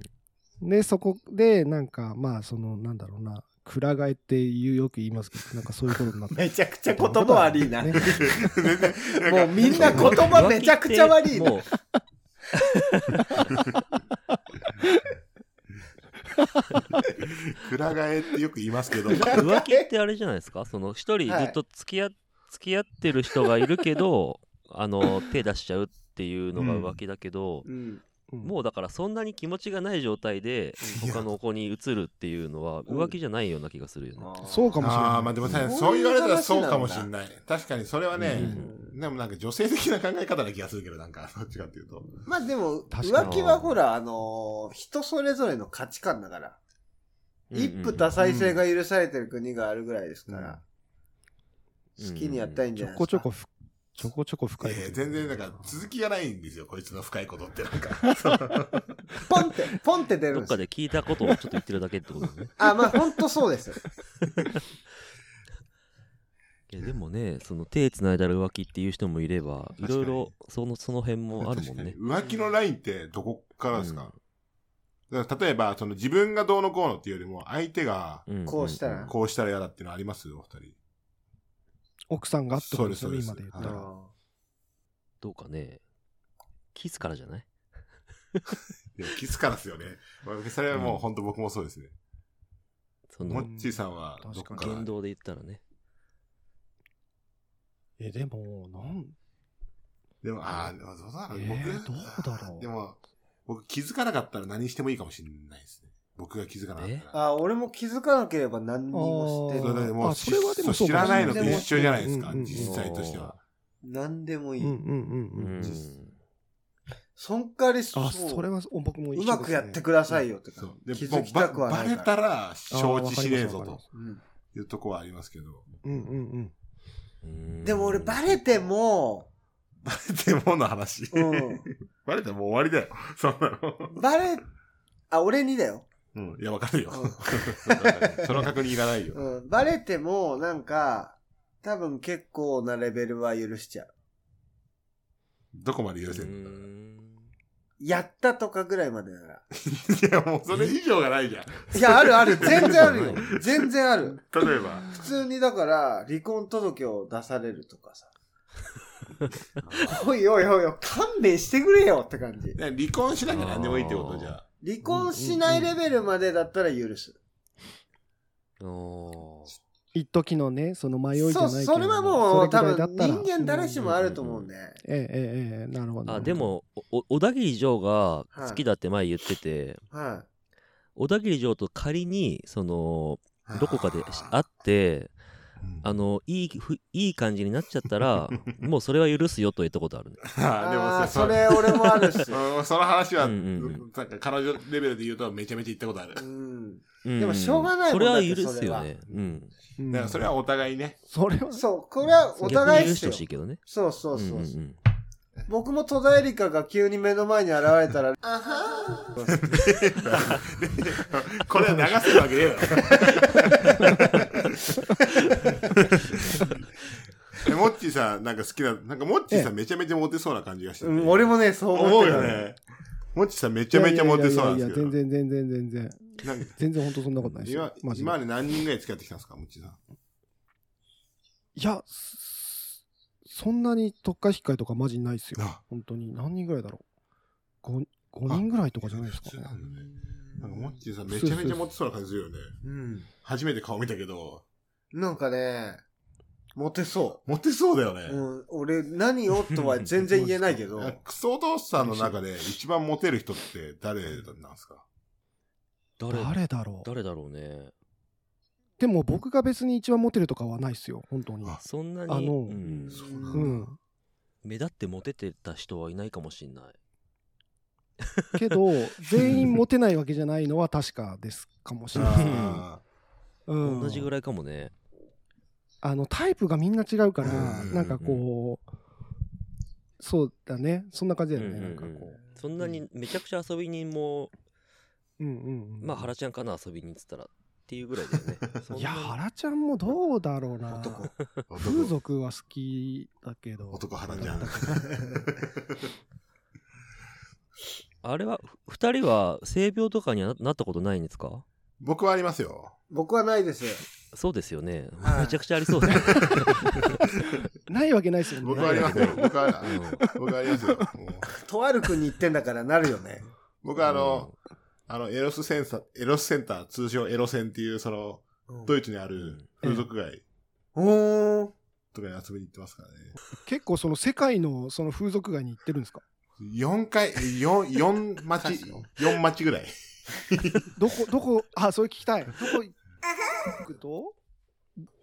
C: でそこでなんかまあそのなんだろうな暗がえっていうよく言いますけどなんかそういうことになって
A: めちゃくちゃ言葉悪いな。も
C: ね
B: 全然、
A: うみんな言葉めちゃくちゃ悪いな。
D: もう
B: くら替えってよく言いますけど、
D: 浮気ってあれじゃないですかその一人ずっと付き合,、付き合って る人がいるけどあの手出しちゃうっていうのが浮気だけど、
A: うん
C: うん
D: もうだからそんなに気持ちがない状態で
B: いや
D: 他の子に移るっていうのは浮気じゃないような気がするよね。
C: そうかもしれない
B: ああー、まあでも
C: うん
B: さ、そう言われたらそうかもしれない。確かにそれはね、でもなんか女性的な考え方な気がするけど、なんか、どっちかっていうと。
A: まあでも、
C: 確か
A: 浮
C: に
A: 気はほら、あのー人それぞれの価値観だから。一夫多妻制が許されてる国があるぐらいですから、
D: うん
A: 好きにやったらいいんじ
C: ち
A: ゃ
C: ょ
A: ない
C: こ
A: で
C: ち
A: す
C: ょ
A: か
C: こ。ふちょこちょこ深いこと
B: え
C: 言
B: ー
C: う
B: 全然なんか続きがないんですよ、こいつの深いことってなんか。その
A: ポンって、ポンって出る
D: ど
A: んで
D: っか
A: すよ。
D: で聞いたことをちょっと言ってるだけってことだ ね。
A: あ、まあ本当そうですよ。
D: いやでもね、その手繋いだら浮気っていう人もいれば、い
B: 確かに
D: ろいろそのその辺もあるもんね。
B: 浮気のラインってどこからです
D: うん
B: か,、だから例えば、その自分がどうのこうのっていうよりも、相手が
D: んんん
A: こうしたら
B: こうしたら嫌だっていうのありますお二人。
C: 奥さんがってことですよね、今
B: そう
C: で
B: ですそう
C: 言っ
B: で
C: た
B: す
C: ら。
D: どうかね。キスからじゃない
B: でもキスからですよね。まあそれはもう本当僕もそうですね。
D: そ
B: モ
D: の
B: ッチーさんはどっ
C: 確
B: か
C: か
B: から
D: 言動で言ったらね。
C: え、でも、なん、
B: でも、ああ、でもどうだろう、
C: えーどうだろう
B: でも、僕気づかなかったら何してもいいかもしれないですね。僕が気づかなかったら。
A: あ、俺も気づかなければ何にもして
C: あ
B: それ
A: な
B: だ
A: い
B: け。も
C: あ
B: う
C: それはでも
B: そう知らないのと
A: そうかも
B: 一
A: し
B: 緒じゃないですか、
C: うんうんうん
B: 実際としては。
A: 何でもい
C: うん
A: い。
C: うんうんうん。
D: うん
A: そんかりそう
C: あ、それはお僕も一緒
A: う
C: ですね
A: まくやってくださいよって
B: そ
A: 感
B: う
A: じ。
B: で
A: 気
B: も
A: づ
B: う
A: き
B: ば
A: たくはない
B: バレ
A: か
B: た
A: ら。
B: ら承知しねえ
C: あーわ
B: ぞ
C: かります
A: うん
B: というとこはありますけど。
C: うんうんうん。
D: うん
A: でも俺バレても、
B: バレてもの話。
A: うん、
B: バレてもう終わりだよ。そんなの。
A: バレ、あ、俺にだよ。
B: うん。いや、わかるよ。
A: うん
B: その確認いらないよ。
A: うん、バレても、なんか、多分結構なレベルは許しちゃう。
B: どこまで許せ
D: う
B: るの
D: ん
A: やったとかぐらいまでなら。
B: いや、もうそれ以上がないじゃん。
A: いや、あるある。全然ある よ。全然ある。
B: 例えば。
A: 普通にだから、離婚届を出されるとかさ。おいおいおいおい、勘弁してくれよって感じ。
B: ね離婚しなきゃ何でもいいってことじゃあ。
A: 離婚しないレベルまでだったら許す。
D: おー
C: 一時のね、その迷いじ
A: そ
C: ゃな
A: う、
C: いけれど
A: それはもう多
C: それぐらいだ
A: 分
C: ったら
A: 人間誰しもあると思うんで。
C: ええええええなるほど。
D: あで、もおお小田切城が好きだって前言ってて、
A: は
D: 小田切城と仮にそのどこかでし会って
B: うん
D: あのいいふいい感じになっちゃっ たらもうそれは許すよと言ったことあるね
A: い。
B: あーでも
A: ああ、
B: さ
A: それ俺もあ るし。
B: うんその話は、
D: うんうんう
B: なんか彼女レベルで言うとめちゃめちゃ言ったことある。
A: うん。
D: うん
A: でもしょうがないもん
D: それ
A: だっ
D: は
A: て
D: 許すよねうん
C: うん
B: だからそれはお互いね。
C: それは、
A: そう、これはお
D: 逆
A: 互
D: に
A: いっ
D: 許し
A: す
D: てほ
A: よ
D: しい。けどね
A: そうそうそうそう。
D: んんん
A: 僕も戸田恵梨香が急に目の前に現れたら、あはー
B: これは流せるわけねえだろ。モッチーさん、なんか好きな、なんかモッチーさんめちゃめちゃモテそうな感じがして、
A: うん俺もね、そう
B: 思
A: 思っ
B: う
A: てた
B: よね。モッチーさんめちゃめちゃモテそうなんですけど。
C: いやいやいやいや全然全然全然。
B: なんか
C: 全然本当そんなことないです
B: 今
C: よ。マジで
B: 今まで何人ぐらい付き合ってきたんですか、モッチーさん。
C: いや、すそんなに特化引っかえとかマジないですよ
B: あ。
C: 本当に。何人ぐらいだろう 5, 5人ぐらいとかじゃないです
B: 普
C: か
B: 通
C: ね
B: な。んだね。なんかモッチーさんめちゃめちゃモテそうな感じするよね。
A: うん。
B: 初めて顔見たけど、
A: なんかね、モテそ
B: モテそうだよ
A: う。
B: ね。
A: うん、俺、何をとは全然言えないけど、
B: クソお父さんの中で一番モテる人って誰なんですか
D: 誰
C: 誰だろう。
D: 誰だろうね
C: でも僕が別に一番モテるとかはないですよ。本当に。
B: あ
D: そんなに
C: あの
D: うん
A: そう
B: なん
C: う
B: だ
C: ん。
D: 目立ってモテてた人はいないかもしんない
C: けど、全員モテないわけじゃないのは確かですかもしれないですね。
B: あ
C: うん
D: 同じぐらいかもね
C: あのタイプがみんな違うから、
B: うん
C: なんかこう、そうだね、そんな感じだよね、
D: うんうんうん
C: なんかこう。
D: そんなにめちゃくちゃ遊び人も
C: うんうんうん、
D: まあ原ちゃんかな遊びに行ってたらっていうぐらいだ よねそんないに
C: や、原ちゃんもどうだろうな。
A: 男。
B: ー
C: 風
B: 男
C: 俗は好きだけど。
B: 男腹 じゃん。
D: あれはふ二人は性病とかにはななったことないんですか
B: 僕はありますよ。
A: 僕はないです。
D: そうですよね
A: はい
D: めちゃくちゃありそうだよ ね
C: ないわけないですよね。
B: 僕はありますよ。僕は、
D: う
B: 僕はありますよ。もう
A: とある国行ってんだからなるよね。
B: 僕はあの、あの、エロスセンサエロスセンター、通称エロセンっていう、その、ドイツにある風俗街
A: おー。
B: とかに遊びに行ってますからね。
C: 結構その世界のその風俗街に行ってるんですか
B: 4回、4、4待ち、4待ちぐらい。
C: どこ、どこ、あ、それ聞きたい。どこ行くと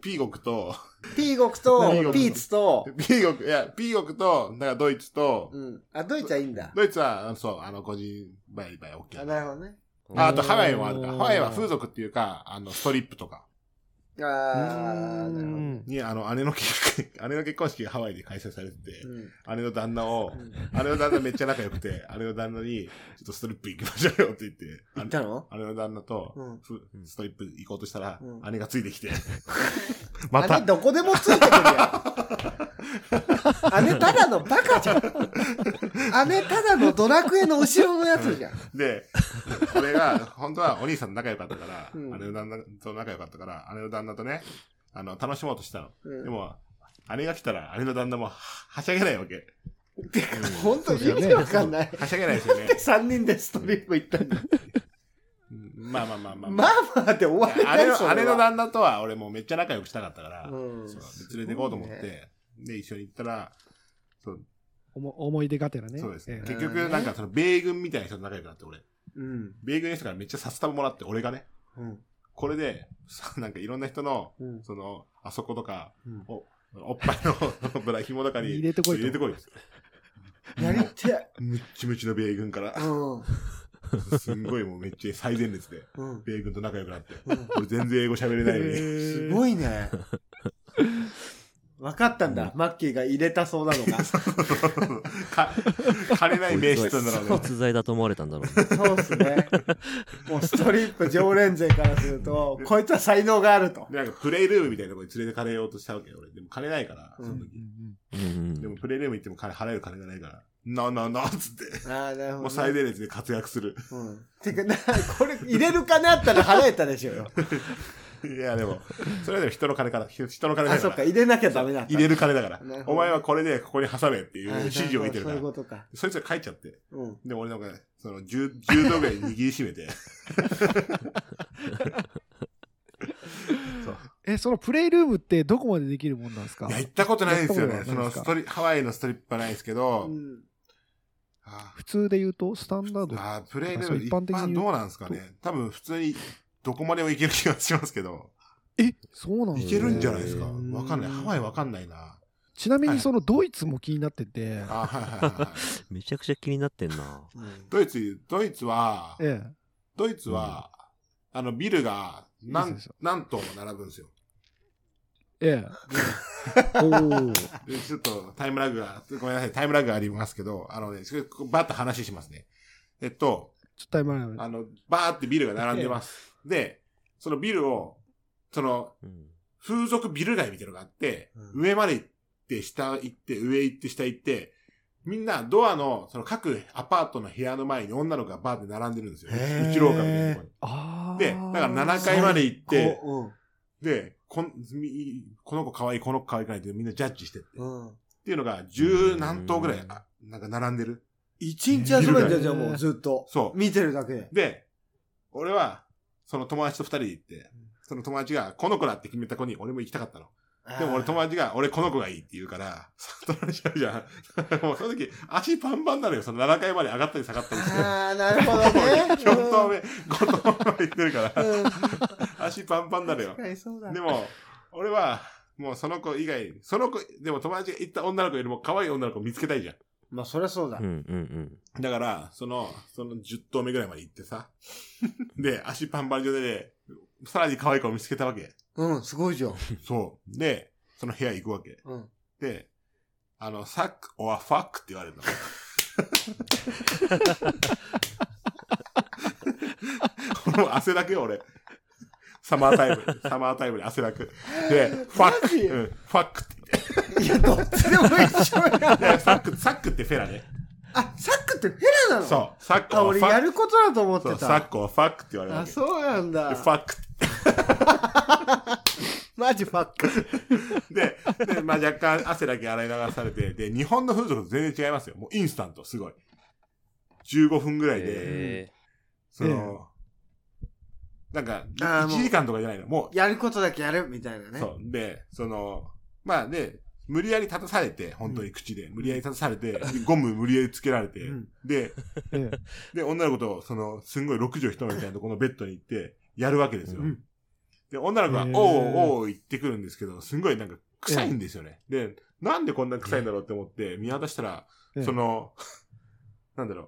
B: ピーゴクと、
A: ピーゴクと
B: 何が
A: ピーツと、
B: ピーゴク、いや、ピーゴクと、だからドイツと、
A: うん、あドイツはいいんだ
B: ドイツは、あのそう、あの、個人売買 OK。
A: あ
B: あ
A: なるほどね
B: あと、ハワイもあるから、
C: おー
B: ハワイは風俗っていうか、あの、ストリップとか。
A: あ
C: う
A: ーなるほど、
C: ん。
B: に、あの、姉の結婚、姉の結婚式 がハワイで開催されてて、
A: うん
B: 姉の旦那を
A: う、ん
B: 姉の旦那めっちゃ仲良くて、姉の旦那に、ちょっとストリップ行きましょうよって言って、
A: 行ったの
B: 姉の旦那と、
A: うん
B: ふストリップ行こうとしたら、
A: う
B: 姉がついて きて、また
A: 姉、どこでもついてくる やん姉ただのバカじゃん姉ただのドラクエの後ろのやつじゃん
B: で、俺が、本当はお兄さんと仲良かったから、
A: うん
B: 姉の旦那と仲良かったから、姉の旦那とね、あの、楽しもうとしたの。
A: うん
B: でも、姉が来たら、姉の旦那もは、はしゃげないわけ。
A: てか本当意味わかんない
B: はしゃげないですよね。
A: 3人でストリップ行ったんだ
B: うんまあまあまあまあ。
A: まあまあで終わり
B: あれ
A: だよ
B: の、
A: そ
B: あれ
A: れ
B: の
A: は
B: 旦那とは俺もうめっちゃ仲良くしたかったから、
A: うん
B: そうで連れて行こうと思って、
A: すごい
B: で、一緒に行ったら、そう
C: おも思い出がてらね。
B: そうですね。
C: ええ
B: 結局、なんかその、米軍みたいな人と仲良くなって、俺。
A: うん
B: 米軍の人からめっちゃ札束もらって、俺がね。
A: うん
B: これで、さなんかいろんな人の、
A: うん
B: その、あそことか、
A: うん
B: おおっぱいの ぶら紐とかに
C: 入れてこいと
B: 入れてこい。
A: やりてえ
B: ムッチムチの米軍から
A: う、んうん
B: すんごいもうめっちゃ最前列で、
A: うん
B: 米軍と仲良くなって、俺全然英語喋れないのに、
A: すごいね分かったんだマッキーが入れたそうなの がそ
B: か、枯れない名刺となのね。
D: 実在だと思われたんだろ うね
A: うっすねもうストリップ常連勢からするとこいつは才能があると
B: でなんかプレイルームみたいなところに連れてかれようとしたわけよ、俺。でも金ないから、その時。
D: うん
B: で
D: うん
B: もプレイルーム行っても金払える金がないから、なあなあなあっつって、
A: ああなるほどね
B: もう最前列で活躍する。
A: うんてかなこれ入れるかなったら払えたでしょうよ
B: いや、でも、それはでも人の金から、人の金だ
A: あ
B: か
A: そ
B: ら
A: っか。入れなきゃダメなんだ
B: 入れる金だから
A: なるほど
B: お前はこれでここに挟めっていう指示を見てるか
A: あそうい
B: ら
A: うことか
B: そいつが帰っちゃって
A: うん
B: で俺なんかねその柔柔道ぐらい握りしめてそう
C: え、そのプレイルームってどこまでできるもんなんですか
B: いや行ったことないですよ
C: や
B: ねそ
C: ったことない
B: の
C: ですか
B: ストリハワイのストリップはないですけ
A: う
B: ど、
A: ん
B: あ
C: 普通で言うと、スタンダード。
B: あプレイレ
C: そ
B: ベ
C: う
B: ル一
C: 一般的に
B: 般どうなんですかね多分普通にどこまでも行ける気がしますけど
C: え、そうなんだ
B: 行けるんじゃないですか
D: へ
B: わかんないハワイわかんないな
C: ちなみ
B: は
C: に
B: い
C: そのドイツも気になってて、
B: あはいはいはいはい
D: めちゃくちゃ気になってんな
A: うん
B: ドイツドイツは
C: え
B: ドイツは、あの、ビルが
C: いい
B: 何
C: ですよ、
B: 何棟も並ぶんですよ。
C: え、ええ。おー
B: でちょっとタイムラグが、ごめんなさい、タイムラグがありますけど、あのね、それバッと話しますね。えっと、
C: ちょっと今の
B: あの、バーってビルが並んでます。で、そのビルを、その、
D: うん
B: 風俗ビル街みたいなのがあって、
A: うん
B: 上まで行って、下行って、上行って、下行って、みんなドアの、その各アパートの部屋の前に女の子がバーって並んでるんですよ。
A: へー
B: 内廊下みたいなところに。
C: あー
B: で、だから7階まで行って、
A: こ
B: で、こんみこの子可愛い、この子可愛くないってみんなジャッジしてって。
A: ううんうん
B: っていうのが、十何頭ぐらい、あなんか並んでる。
A: 一日休めんじゃんじゃあもうずっと
B: そう
A: 見てるだけで
B: で、俺は、その友達と二人で行って、その友達が、この子だって決めた子に俺も行きたかったの。でも俺友達が、俺この子がいいって言うから、その友達ある じゃん。もうその時、足パンパンになるよ。その7階まで上がったり下がったりして。
A: ああなるほどね
B: 4頭目、5頭目まで行ってるから、
A: うんうん
B: 足パンパンになるよ
A: 確。かにそうだ
B: でも、俺は、もうその子以外、その子、でも友達が行った女の子よりも可愛い女の子見つけたいじゃん。
A: まあそりゃそうだ
D: うんうん
B: だから、その、その10頭目ぐらいまで行ってさ。 で、足パンパン状で、さらに可愛い子を見つけたわけ。
A: うんすごいじゃん
B: そう。で、その部屋行くわけ。
A: うん
B: で、あの、サック、オアファックって言われるの。もう汗だくよ、俺。サマータイム、サマータイムで汗だく。で、ファッ
A: マ
B: ク、
A: ジ
B: うん、ファックって言って。
A: いやどっちでも一緒や
B: いやサック、サックってフェラね。
A: あサックってフェラなの
B: そう、サック
A: あ
B: はフ
A: 俺
B: ァ
A: や
B: ック。
A: ることだと思っ
B: そ
A: て
B: う、サ
A: た
B: ックはファックって言われるわ
A: あ
B: け。
A: そうなんだ
B: でファックっ
A: マジファック
B: て。で、でまあ、若干汗だけ洗い流されて、で、日本の風俗と全然違いますよ。もうインスタント、すごい。15分ぐらいで、
D: へ
B: その、なんか、
A: あーもう
B: 1時間とかじゃないの。も
A: やることだけやるみたいな
B: う、
A: ね
B: そう。で、その、まあね、無理やり立たされて、本当に口で、無理やり立たされて、でゴム無理やりつけられて、
A: うん
B: で、
C: え
B: で、女の子と、その、すんごい6畳一間みたいなところのベッドに行って、やるわけですよ。
A: うん
B: で、女の子が、
C: へー
B: おうおう言ってくるんですけど、すんごいなんか、臭いんですよね。で、なんでこんな臭いんだろうって思って、見渡したら、
C: え
B: その、 なんだろ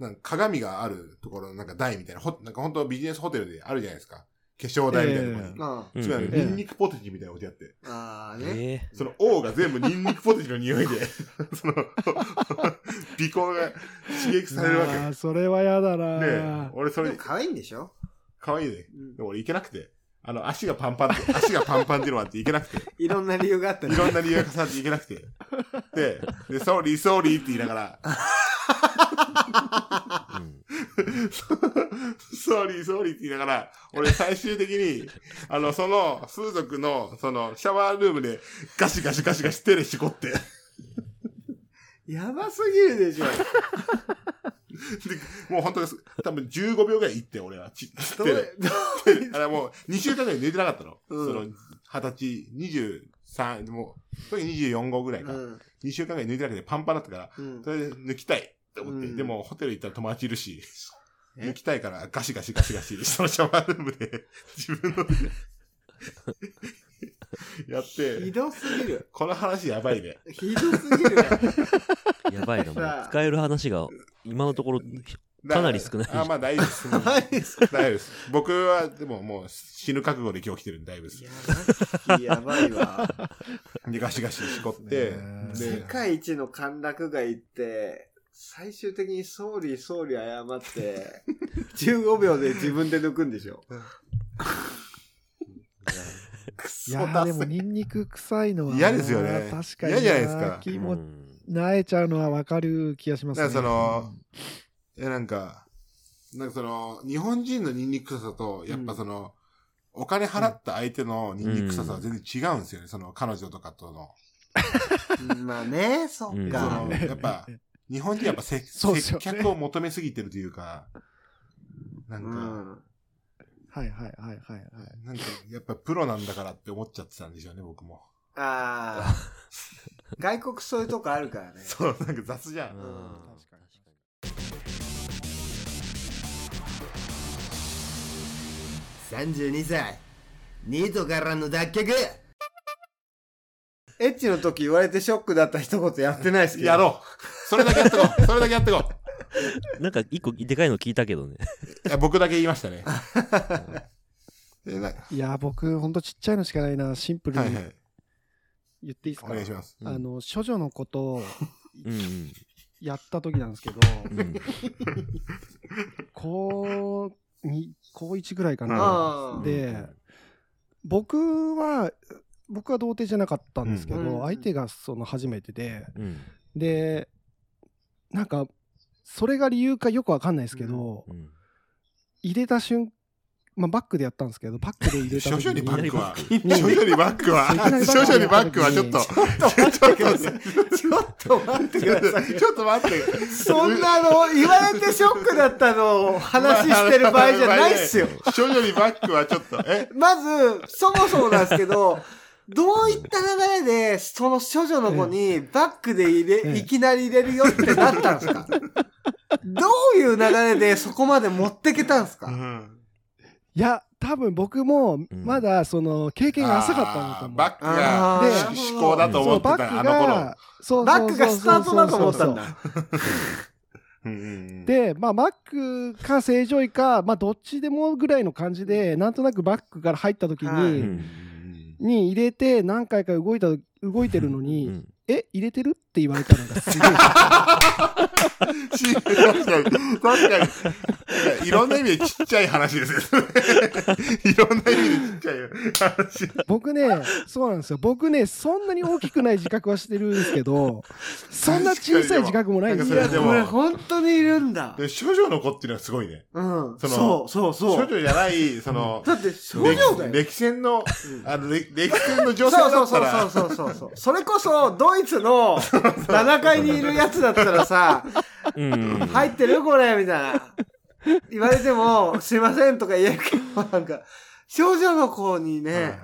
B: う。なんか鏡があるところのなんか台みたいな、ほなんか本当ビジネスホテルであるじゃないですか。化粧台みたいなところに。
A: あ
D: うん
B: つまり、
C: ええ
B: ニンニクポテチみたいなことやって。
A: あああね、
D: ええ
B: その、王が全部ニンニクポテチの匂いで、その、 鼻孔が刺激されるわけ。
C: あーそれは嫌だ
B: ね
C: な、
B: 俺そ
A: で
B: れ
A: も、可愛いんでしょ、
B: かわいいね。
A: うん
B: でも俺行けなくて。あの、足がパンパンって、 足がパンパンっていうのもあって行けなくて、
A: いろんな理由があった
B: いろんな理由が重なって行けなくて。で、で、ソーリー、ソーリーって言いながら、
D: うん
B: ソーリー、ソーリーって言いながら、俺最終的に、あの、その、風俗の、その、シャワールームで、ガシガシガシガシ手でしこって、で、
A: やばすぎるでしょ
B: もう本当です。多分15秒ぐらい行って、俺は。ち
A: ど
B: 手
A: う
B: で。あれもう、2週間ぐらい寝てなかったの。
A: うん
B: その、20歳、23、でも、その時24号ぐらいか。
A: うん
B: 2週間ぐらい抜いてなくてパンパンだったから、
A: うん
B: それで抜きたいって思って、
A: うん
B: でもホテル行ったら友達いるし、
A: え
B: 抜きたいからガシガシガシガ シ、そのシャワールームで自分のやっ
A: ひ
B: て、
A: どすぎる
B: この話やばいね。
A: ひどすぎるよ
D: やばいな、も
A: さ
D: う
A: あ
D: 使える話が今のところ、
B: だ
D: かなり少ない
B: あ、まあ大丈夫 です。
A: ないです
B: 大丈夫です。僕はでももう死ぬ覚悟で今日来てるんで大丈夫です。
A: ややばい わ
B: で、ガシガシしこって、
C: ねえ
A: 世
B: で、
A: 界一の歓楽街って最終的に総理総理謝って15秒で自分で抜くんでしょく
C: い
A: そ
C: やー
A: だ
C: で
A: せ
C: もニンニク臭いのは
B: 嫌ですよね
C: 確かに
B: 嫌じゃないですか
C: 気
D: う
C: も
D: ん
C: なえちゃうのはわかる気がしますね
B: だからそのえなんか、なんかその、日本人のニンニク臭さと、やっぱその、お金払った相手のニンニク臭さは全然違うんですよね、その彼女とかとの。
A: まあねそっ
B: そ
A: か
B: の、やっぱ、日本人やっ ぱせ、
C: そうっす
B: 接
C: よね
B: 客を求めすぎてるというか、な
A: うん
B: か、
A: ん
C: はいはいはいはいはい
B: なんか、やっぱプロなんだからって思っちゃってたんでしょうね、僕も。
A: ああ外国そういうとこあるからね
B: そう、なんか雑じゃん。
D: うん
C: 確かに
A: 32歳ニートからの脱却エッチの時言われてショックだった一言やってないですけど
B: やろうそれだけやってこうそれだけやってこ
D: なんか一個でかいの聞いたけどね。
B: ういや僕だけ言いました ね。えない
C: やー僕ほんとちっちゃいのしかないなシンプル
B: はい
C: に
B: はい。
C: 言っていいですか、
B: お願いします。
C: あの処女のことを
D: うんうん
C: やった時なんで すけど
D: うん。
C: 高二高1ぐらいかな、
A: ああ
C: で、僕は僕は童貞じゃなかったんですけど、
A: うん
C: 相手がその初めてで
D: うん
C: でなんかそれが理由かよくわかんないですけど、
D: うん。
C: 入れた瞬まあ、バックでやったんですけどバックで入れた
B: 少
C: 時
B: 々に
C: に
B: バックは、
C: に
B: 少々にバックは、少々にバックはちょっと、ちょっと待って
A: ちょっと待ってください
B: ちょっと待って。
A: そんなの言われてショックだったのを話してる場合じゃないっすよ。
B: 少女にバックはちょっと、え
A: まずそもそもなんですけどどういった流れでその処女の子にバックで入
C: え
A: れ
C: え
A: いきなり入れるよってなったんですかどういう流れでそこまで持ってけたんですか
C: いや多分僕もまだその経験が浅かったんだと思う、
B: バックが
A: で
B: 思考だと思
C: そう
B: って
C: バッ
B: た、あ
C: ク
B: の
C: が
B: 頃。
C: そう
A: バックがスタートだと思ったん
C: そうそうそうそ
A: だ。
C: う
B: うんうんうん
C: でまあバックか正常位かまあどっちでもぐらいの感じでなんとなくバックから入った時に、
A: はい
D: うん
C: に入れて何回か動いた動いてるのに、
D: うん
C: え入れてるって言われたのがすごい
B: し確かに、確かに。いろんな意味でちっちゃい話ですよね。いろんな意味でちっちゃい話。
C: 僕ねそうなんですよ僕ねそんなに大きくない自覚はしてるんですけどそんな小さい自覚もないんで
B: い
C: すよ
B: やでも
A: これ本当にいるんだ。
B: で少女の子っていうのはすごいね。
A: うん。
B: その
A: そうそう
B: 少
A: そう。
B: 女じゃない、その、
A: だって少女だよ。
B: 歴歴戦の、
A: うん
B: あの、れ歴戦の女性だ
A: そう
B: った
A: そう
B: ら、
A: そうそうそうそう。それこそ、ドイツの7階にいるやつだったらさ、
D: うんうんうん。
A: 入ってるこれみたいな。言われても、すいませんとか言えるけど、なんか、少女の子にね、
B: はいはいはい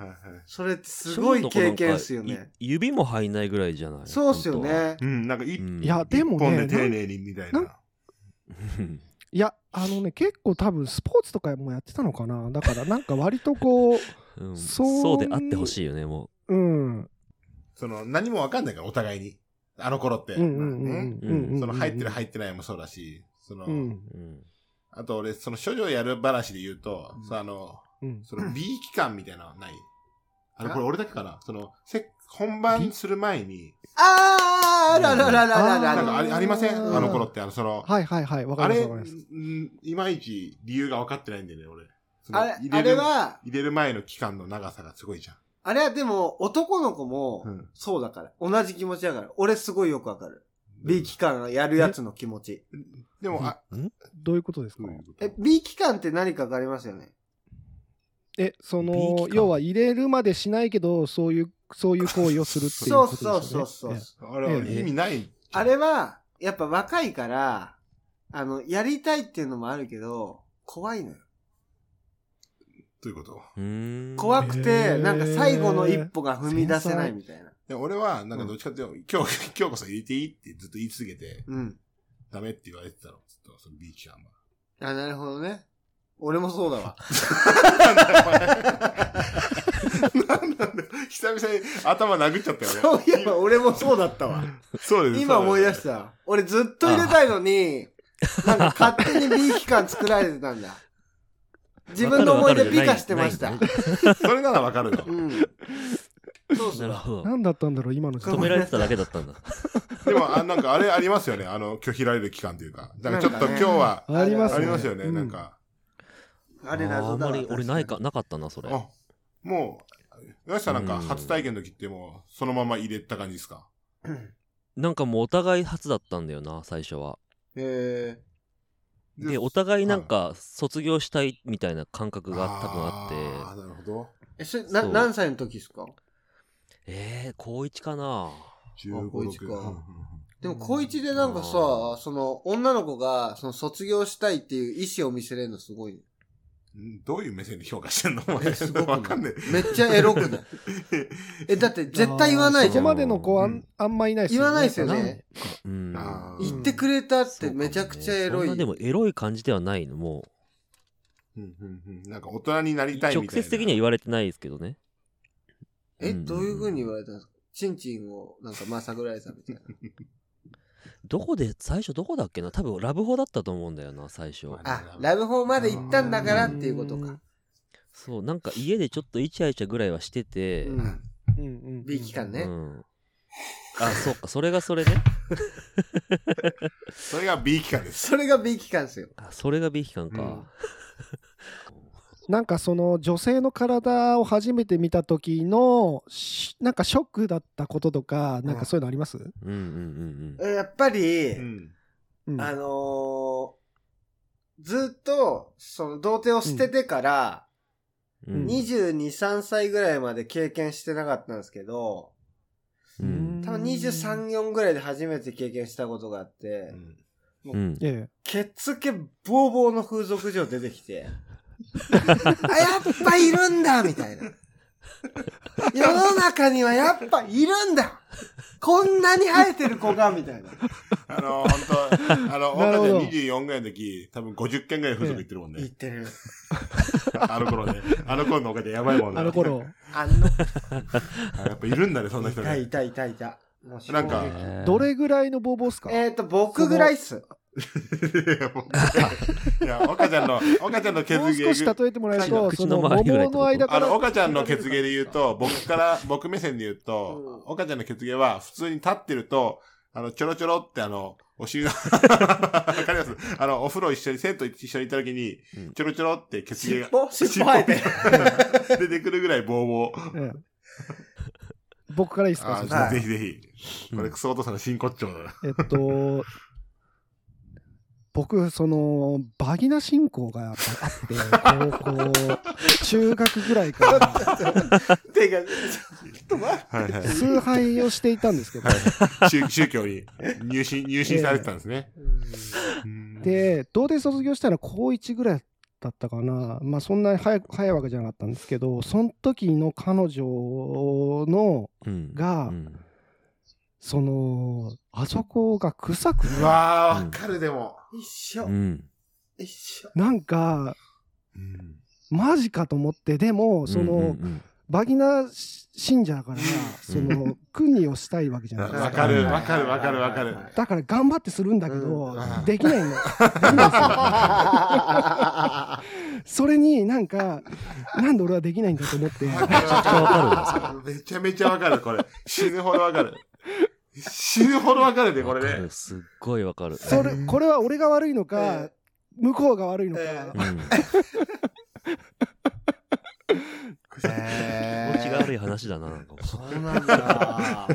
A: それってすごい経験っすよ
D: 少女の子なん
A: ね
D: かい指も入んないぐらいじゃない
A: そうっすよね
B: うん、なんかい、
D: 本当はうん
C: いやでも
B: 一本で
C: ね
B: 丁
C: なん
B: 寧にみたいな。
C: なんいやあのね結構多分スポーツとかもやってたのかなだからなんか割とこう
D: うん
C: そう
D: そうであってほしいよねも
C: うん
B: その、何もわかんないから、お互いに。あの頃って。
C: うんうんうんうんうんうん
B: その、入ってる入ってないもそうだし、その、
C: うん
D: う、うん
B: あと俺、その、処女やる話で言うと、
A: うん
B: そのあの、
C: うん
B: その、B 期間みたいなのはないあれ、これ俺だけかなその、せ本番する前に、
A: あーあららららら
B: な
A: ら
B: んかありありません
C: うん
B: あの頃って、あの、その、
C: はいはいはいわ
B: あ
C: かりま
B: れ、
C: すわかります
B: んいまいち理由が分かってないんだよね、俺。その
A: あれ
B: 入
A: あ
B: る
A: れは
B: 入れる前の期間の長さがすごいじゃん。
A: あれはでも男の子も
B: うん
A: そうだから、同じ気持ちだから俺すごいよくわかる B 期間やるやつの気持ち
B: でも、あ、
C: どういうことですか、
A: え B 期間って何かわかりますよね
C: えそ
D: 美
C: の
D: 意気か
C: 要は入れるまでしないけどそういうそういう行為をするっていう
A: そ
C: こ
A: う
C: とです
A: そ
C: よ
A: う
C: ね
A: そうそう
C: え
B: あれは意味ない。
A: あれはやっぱ若いからあのやりたいっていうのもあるけど怖いのよ
B: ということ。
D: うーん
A: 怖く
C: へ
A: て、
C: ー
A: なんか最後の一歩が踏み出せないみたいな。
B: で俺は、なんかどっちかっていうと、今日、 今日こそ入れていいってずっと言い続けて、
A: うん。
B: ダメって言われてたの。ずっと、そのビーチアンマ
A: あ、なるほどね。俺もそうだ わ。
B: 久々に頭殴っちゃったよね。
A: そういえば俺もそうだったわ。
B: そうです。
A: 今思い出
B: た
A: した。俺ずっと入れたいのに、なんか勝手に B 期間作られてたんだ。自分の思い出美化してました
D: わか。
B: それならわかるの
A: う。ん。そうっす
D: なる
A: わ。
D: ほど
C: 何だったんだろう今の時
A: ごめ
D: 止め
A: ん
D: られてただけだったんだ
B: でも、あなんかあれありますよね。あの、拒否られる期間というか。だからちょっ
A: な
B: と
A: んか
B: 今
A: ね
B: 日は、
C: ありますね
B: ありますよね。
C: うん
B: なんか、
A: あれ
D: あーあ
A: 謎
D: ん
A: だ
D: ま
A: わ。
D: り俺ないかなかったなそれ
B: あ、もう、岩下なんか
D: うん
B: 初体験の時ってもう、そのまま入れた感じですか
A: 確かに。
D: なんかもうお互い初だったんだよな最初は
A: え
D: でお互いなんか卒業したいみたいな感覚が多分あ
B: あー
D: っ
B: なるほど。
A: ーえ、それ、な、
D: そう
A: 何歳の時ですか
D: てえー、高1かな
B: 15、
A: 高一か
B: 6うんうんうん
A: でも、高一でなんか
D: あ
A: さ、その、女の子が、その、卒業したいっていう意思を見せれるのすごいね。
B: うんどういう目線で評価してんのお 前
A: えすごくない
B: わかんない。
A: めっちゃエロ くないえ、だって絶対言わないじゃ
C: そ
A: ん
C: こ。までの子はあん,、
B: うん
C: あんまいないですよね
A: 言わないですよね
D: うん
B: あー
A: 言ってくれたっ
D: そう
A: て
D: かもね
A: めちゃくちゃエロい。
D: そんなでもエロい感じではないのも
B: うんうんうんなんか大人にな
D: う
B: りたいみたい
D: 直
B: な。
D: 接的には言われてないですけどね
A: え、
D: ん
A: どういう風に言われたんですかチンチンをなんかまさぐられたみたいな。
D: どこで最初どこだっけな多分ラブホだったと思うんだよな最初
B: まあ
A: あ、ラブホーまで行ったんだからっていうことか。
D: そうなんか家でちょっとイチャイチャぐらいはしてて、
A: う
D: うんん
C: うんうん、
A: B 期間ね。
D: あそうかそれがそれね
B: それが B 期間です。
A: それが B 期間ですよ。
D: あそれが美期間か、
B: うん
C: なんかその女性の体を初めて見た時のしなんかショックだったこととかなんかそういうのあります、
D: うんうんうん
A: えやっぱり、
B: うん。
C: うん
A: あのー、ずっと、その、童貞を捨ててから、
D: うん
C: うん
A: 22、3歳ぐらいまで経験してなかったんですけど、
D: うん
A: 多分23、4ぐらいで初めて経験したことがあって、
D: うん
C: え
A: ケツ毛ボーボーの風俗嬢出てきて、あ、やっぱいるんだみたいな。世の中にはやっぱいるんだこんなに生えてる子がみたいな。
B: あの、本当あの、
C: な
B: 女
C: るほど
B: の子24ぐらいの時、多分50件ぐらい風俗行ってるもん
A: 言っ
B: ね。
A: てる。
B: あの頃ね。あの頃のおかげでやばいもん
C: え
B: ね。
C: あの頃
A: あの、
B: あ。やっぱいるんだね、そんな人
A: いた
B: ね
A: い。たいたいた。もう衝撃
B: なんか
D: えー
C: どれぐらいのボーボーっすか、
A: えっ、ー、と、僕ぐらいっす。
B: いやもういや、岡ちゃんの、岡ちゃんの血
C: もう少し
B: 芸。
C: 例えてもらえると
D: 口
C: そ
D: の
C: の
D: 周りぐらいってこと
C: 桃の間か
B: あの、
C: ら
B: 岡ちゃんの血芸で言うと、僕から、僕目線で言うと、
A: うん
B: 岡ちゃんの血芸は普通に立ってると、あの、ちょろちょろってあの、 お尻が、わかりますあの、お風呂一緒に、銭湯一緒に行った時に
D: うん、
B: ちょろちょろって血芸
A: 尻
B: が
A: 尾尻尾生えて。
B: 出てくるぐらい棒を。
C: ええ僕からいいですか
B: あ
C: そし
B: ー
C: たら
A: はい
B: ぜひぜひ。これ、クソお父さんの真骨頂だな。
C: えっと僕そのバギナ信仰がやっぱあって高校中学ぐらいから
A: てか、ちょっと待って。
B: はいは
C: 崇拝をしていたんですけど、
B: い。宗宗教に入信、入信されてたんですね。うん
C: で、童貞卒業したら高1ぐらいだったかな、まあ、そんなに早く早いわけじゃなかったんですけど、その時の彼女の、
D: うん
C: が
D: うん
C: その、あそこが臭く
B: う
C: て、
B: わ
D: う
B: ー、
D: ん
B: わかる、でも。
A: 一緒
D: う。ん
A: 一緒。
C: なんか、マジかと思って、でも、その、
D: うんうん
C: バギナ信者だから、その、国をしたいわけじゃないです
B: わ
C: か。
B: かる、
A: はい
B: わかる、わかる、わ かる。
C: だから頑張ってするんだけど、
B: うん
C: できないの。できないんで すよそれになんか、なんで俺はできないんだと思 って、
B: めちゃめちゃわかる、これ。死ぬほどわかる。死ぬほどわかるで、こ
D: わか
B: れね
D: る。すっごいわかる
C: それ、これは俺が悪いの
A: う
C: か
A: ん、
C: 向こうが悪いのか、
A: うん
D: うん気持ちが悪い話だななんかも
A: そうなんだ。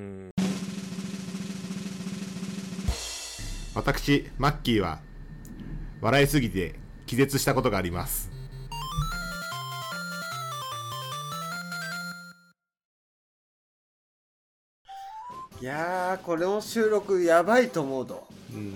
D: ううん
B: 私、マッキーは、笑いすぎて気絶したことがあります。
A: いやー、これの収録やばいと思うと。
B: うん、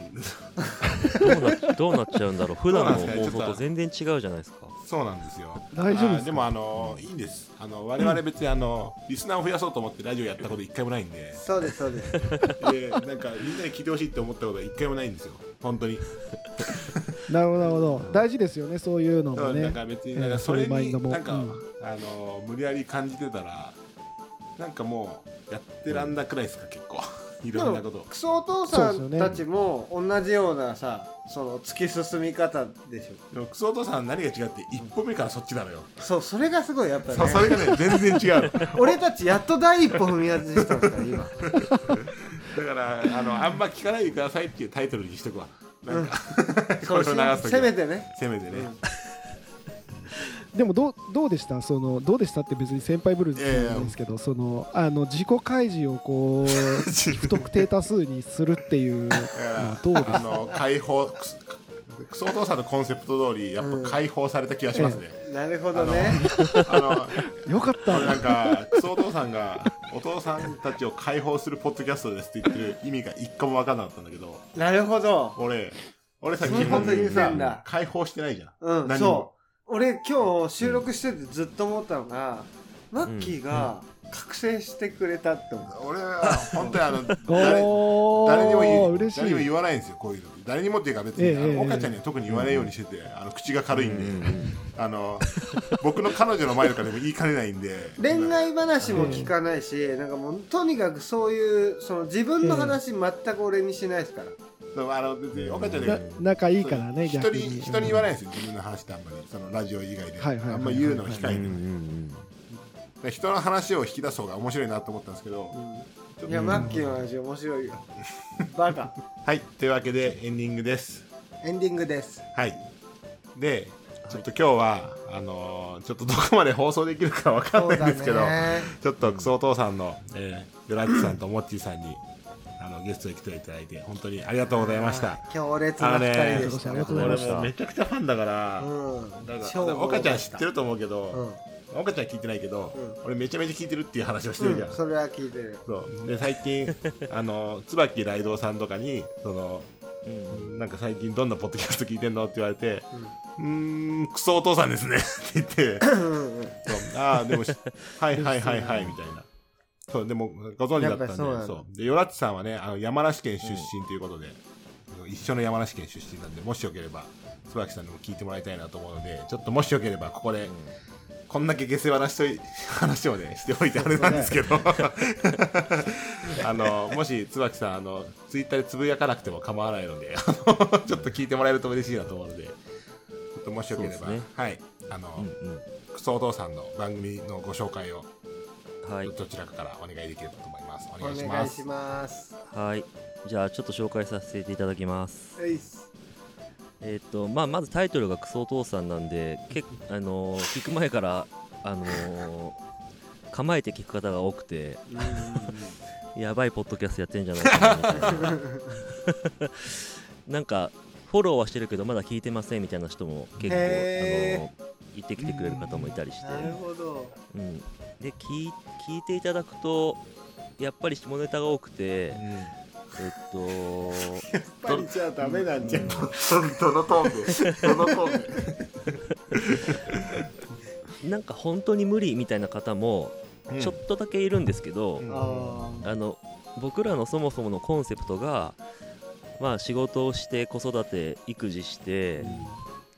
D: どうな どうなっちゃうんだろう普段の
B: どうなんで
D: 放
B: すか
D: 送と全然違うじゃないですか
B: そうなんですよ。
C: 大丈夫です
B: あーでも、あのーいいんです。あの、我々別に、あの、リスナーを増やそうと思ってラジオやったこと一回もないん で。
A: そうです、そうです。
B: で、なんか、みんなに聞いてほしいって思ったことは一回もないんですよ。本当に。
C: なるほど、なるほど。大事ですよね、そういうの
B: そ
C: も
B: うなん
C: ね。
B: か別に
C: うん
B: なんかそれ
C: そういうマインド
B: に
C: も
B: なんか、
C: うん
B: あの無理やり感じてたらなんかもうやってらんなくないですか、結構 いろんなこと
A: クソお父さんたちも同じようなさ、その突き進み方でし
B: でもクソお父さん何が違うって一歩目からそっちなのよ、
A: ょ。そう、それがすごい、やっぱ
B: そうそれ
A: ね。
B: が ね全然違うだか
A: 俺たちやっと第一歩踏み外したんだから、今。
B: らあのあんま聞かないでくださいっていうタイトルにしとくわなんか、 こ
A: そ
B: れを
A: うせ
B: 流すときは
A: せめてね。
B: せめてね、
A: うん
C: でもどう、どうでしたその、どうでしたって別に先輩ブルーじゃないですけど、その、あの、自己開示をこう、 不特定多数にするっていうのはどうです
B: あの解放クソクソお父さんのコンセプト通りやっぱ解放された気がしますね、
A: なるほどね。
B: あの
C: よかっ
B: こ
C: た
B: れなんかクソお父さんが「お父さんたちを解放するポッドキャストです」って言ってる意味が一個も分かんなかったんだけど
A: なるほど。
B: 俺俺さ
A: そ
B: 基
A: ういうこと
B: 本的に
A: 言ってんだ
B: さ解放してないじゃん、
A: うん
B: 何
A: そ
B: も
A: う俺今日収録しててずっと思ったのが、マッキーが覚醒してくれたって思う、
B: 俺は本当にあ の 誰
C: お
B: 誰にも
C: ー
B: 言
C: 嬉
B: う
C: し
B: 誰にも
C: い
B: 言わないんですよこういうの誰にもっていうか別に、
C: ええ
B: あ
C: ええ
B: の岡ちゃんには特に言わないようにしてて、あの口が軽いんで、あの僕の彼女の前とかでも言いかねないんで
A: 恋愛話も聞かないし、なんかもうとにかくそういうその自分の話全く俺にしないですから、
B: そうあの別に岡ちゃんに
C: な
B: は
C: 仲いいからね
B: 人
C: 逆
B: に
C: に
B: 人に言わないですよ自分の話ってあんまりそのラジオ以外で、
C: はいはいはいはい
B: あんま言うのは控えて
D: う
B: ない、
D: んうん
B: で人の話を引き出す方が面白いなと思ったんですけど、
A: うんいやマッキーの話面白い よバカ
B: はいというわけでエンディングです
A: エンディング です
B: はいでちょっと今日は、あのーちょっとどこまで放送できるかわかんないんですけど、
A: ね
B: ちょっとクソお父さんの、えー、ドラッグさんとモッチーさんにあのゲストに来ていただいて本当にありがとうございました
A: 強烈
B: あ
A: な
B: の
A: 二
B: ね
A: 人でした、
C: ありがとうござ
B: 俺
C: いま
B: もめちゃくちゃファンだから、
A: うん
B: だか
A: 超
B: ら岡ちゃん知ってる
A: 豪
B: と思うけ
A: 華う
B: ど
A: ん、
B: 岡ちゃん聞いてないけど、
A: う
B: 俺めちゃめちゃ聞いてるっていう話をしてるじゃん、
A: うんそれは聞いてる
B: そうで最近あの椿雷道さんとかにその
D: うん
B: なんか最近どんなポッドキャスト聞いてんのって言われて「うーんクソお父さんですね」 って言って
A: うんうん
B: 「そうああでもしはいはいはいはい」みたいなそうでもご存知だった
A: やっぱ
B: んで
A: そうなんだ
B: そうでよらちさんはねあの山梨県出身ということで、一緒の山梨県出身なんでもしよければ椿さんにも聞いてもらいたいなと思うのでちょっともしよければここで、こんだけ下世話な人い 話をねしておいてあれなんですけど あのもし椿さんあのツイッターでつぶやかなくても構わないので あのちょっと聞いてもらえると嬉しいなと思うのでちょっともしよけれ
D: そ
B: ば、
D: うですね
B: はいあの、
D: うん
B: クソお父さんの番組のご紹介を
D: うんはい
B: どちらかからお願いできればと思います。お
A: お
B: 願いし
A: 願
B: ま
A: い
B: す
A: し。ます
D: はいじゃあちょっと紹介させていただきます
A: ういっす
D: えっ、とまあまずタイトルがクソお父さんなんでけあのー聞く前からあのー構えて聞く方が多くてやばいポッドキャストやってんじゃないかなみたいな なんかフォローはしてるけどまだ聞いてませんみたいな人も結構、あの
A: へー
D: ー言ってきてくれる方もいたりして
A: なるほど
D: うん、で聞い聞いていただくとやっぱり下ネタが多くて、え っと、
B: やっぱりじゃあダメなんじゃん。どのトーンで、どのトーンで。
D: なんか本当に無理みたいな方もちょっとだけいるんですけど、
B: うん
A: あー
D: あの僕らのそもそものコンセプトが、まあ、仕事をして子育て育児して、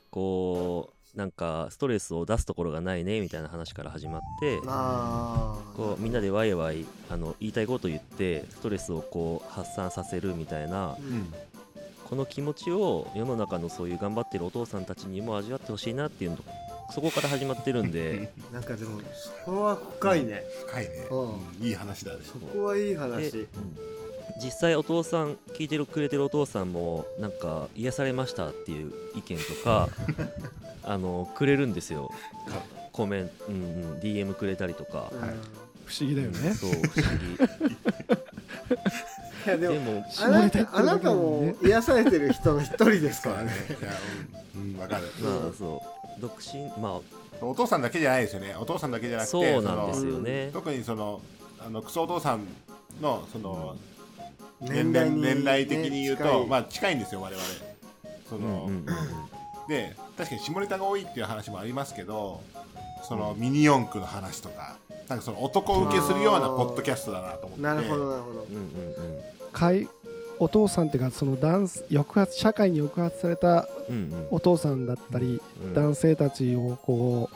D: こうなんかストレスを出すところがないねみたいな話から始まって
A: あー
D: こうみんなでワイワイあの言いたいこと言ってストレスをこう発散させるみたいな
B: うん
D: この気持ちを世の中のそういう頑張ってるお父さんたちにも味わってほしいなっていうのそこから始まってるんで
A: なんかでもそこは深いね、
B: 深いね。
A: う
B: うんいい話だね。
A: そこはいい
D: で
A: 話
D: 実際お父さん聞いてるくれてるお父さんもなんか癒されましたっていう意見とかあのくれるんですよかコメント、うんうん、DM くれたりとか
A: う。ん
B: はい
A: い
C: 不思議だよね
D: そう不思議
A: やで
D: で
A: も
D: も
A: あな
C: 下ネタ
A: たあなたも癒されてる人の一人です
B: そ
A: か
B: うだ
A: ら
B: ね
A: ね。
B: いやうん、うんわかる。
D: まあそう独身ま
B: お父さんだけじゃないですよね。お父さんだけじゃ
D: あ
B: なくて、
D: そうなんです
B: その
D: よね
B: 特にそのあのクソお父さんのその
A: 年
B: 年代
A: 代に
B: 年代的に言うと、
A: ね
B: まあ近いんですよ我々。その、
D: うんうん
B: で確かに下ネタが多いっていう話もありますけど、そのミニ四駆の話とか、なんかその男受けするようなポッドキャストだなと思って。
A: なるほどなるほど
D: うんうんうんうん
C: かいお父さんっていうかそのダンス抑圧社会に抑圧された
D: うんうん
C: お父さんだったり、
D: うん
C: 男性たちをこ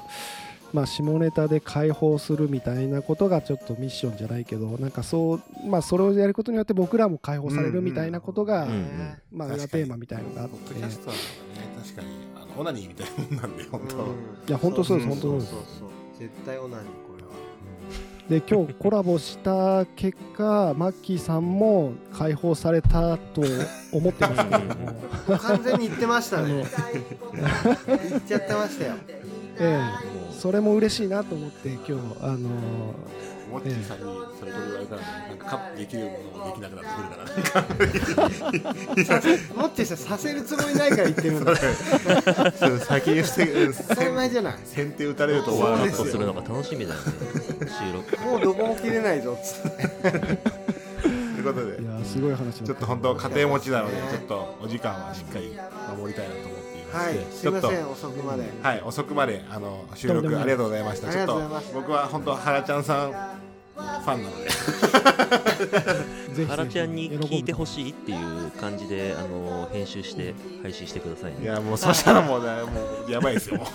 C: う、まあ、下ネタで解放するみたいなことがちょっとミッションじゃないけどなんかそう、まあ、それをやることによって僕らも解放されるみたいなことが、
D: うんうん
C: まあ、裏テーマみたいなのがあって
B: ポッドキャストはね確かにあのオナニーみたいなもんなんで本当、
C: いや本当そうです
A: ん
C: 本当そうです
A: そうそう絶対オナニーこれは
C: で今日コラボした結果マッキーさんも解放されたと思ってますけども、
A: もう完全に言ってましたね言っちゃってましたよ
C: え
D: も
C: え、
D: う
C: それも嬉しいなと思って今日あの
B: モッチーさんにそれと言われたらねなんかカップできるものもできなくなってくるから
A: もっとしたらさせるつもりないから言ってるんだ
B: それ先にしてうん
A: 当たり前じゃない
B: 先手打たれると終わら
A: そう
B: な
A: で
B: か
A: すよ
B: っ
D: そうするのが楽しみだよね収録
A: もうどこも切れないぞっつって
B: ということで
C: いやすごい話
B: ち
C: だ
B: ょっと本当家庭持ちなのでちょっとお時間はしっかり守りたいなと思っていま
A: は
B: して、
A: いす
B: ち
A: い
B: ょ
A: ま
B: っと
A: せん遅くまで
B: はい遅くまであの収
C: とんでも
B: 録
C: ない
B: ありがとうございました
A: あ
B: ち
A: り
B: ょっ
A: がとう
B: と
A: ございます
B: 僕は本当はらちゃんさんファンなので
C: ぜひ
D: ハラちゃんに聞いて
C: 喜ぶ
D: ほしいっていう感じであの編集して配信してくださ
B: い
D: いね
B: やもうそしたらもうねもうやばいですよもう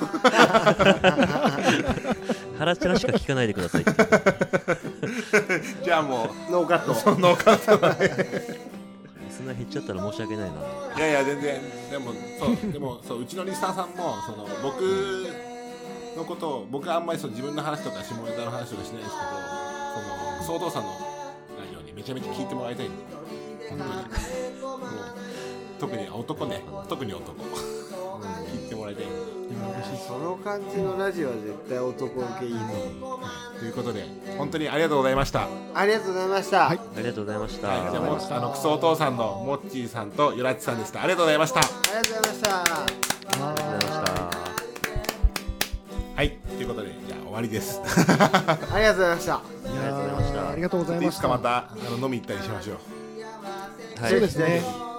D: ハラちゃんしか聞かないでくださいって
B: じゃあもう
A: ノーカット
B: その感想
D: リスナー減っちゃったら申し訳ないない
B: やいや全然でもそうでもそううちのリスナーさんもその僕のことを僕はあんまりそう自分の話とか下ネタの話とかしないですけどそのクソお父さんのラジオにめちゃめちゃ聞いてもらいたいんで本当にもう特に男ね特に男聞いてもらいたいんで
A: その感じのラジオは絶対男受けいいの
B: ということで本当にありがとうございました、はい、
A: ありがとうございました、
C: は
D: あ
C: い
D: りがとうございました、
B: じゃあもうあのクソお父さんのモッチーさんとゆらちさんでしたありがとうございました
A: ありがとうございました
D: ありがとうございました
B: はいということでじゃあ終わりです
A: ありがとうございました
C: いやーありがとうござい
B: い
C: ま
B: つ
C: し
B: か
C: た
B: またあの飲み行ったりしましょう
D: はい
C: そうですね
A: は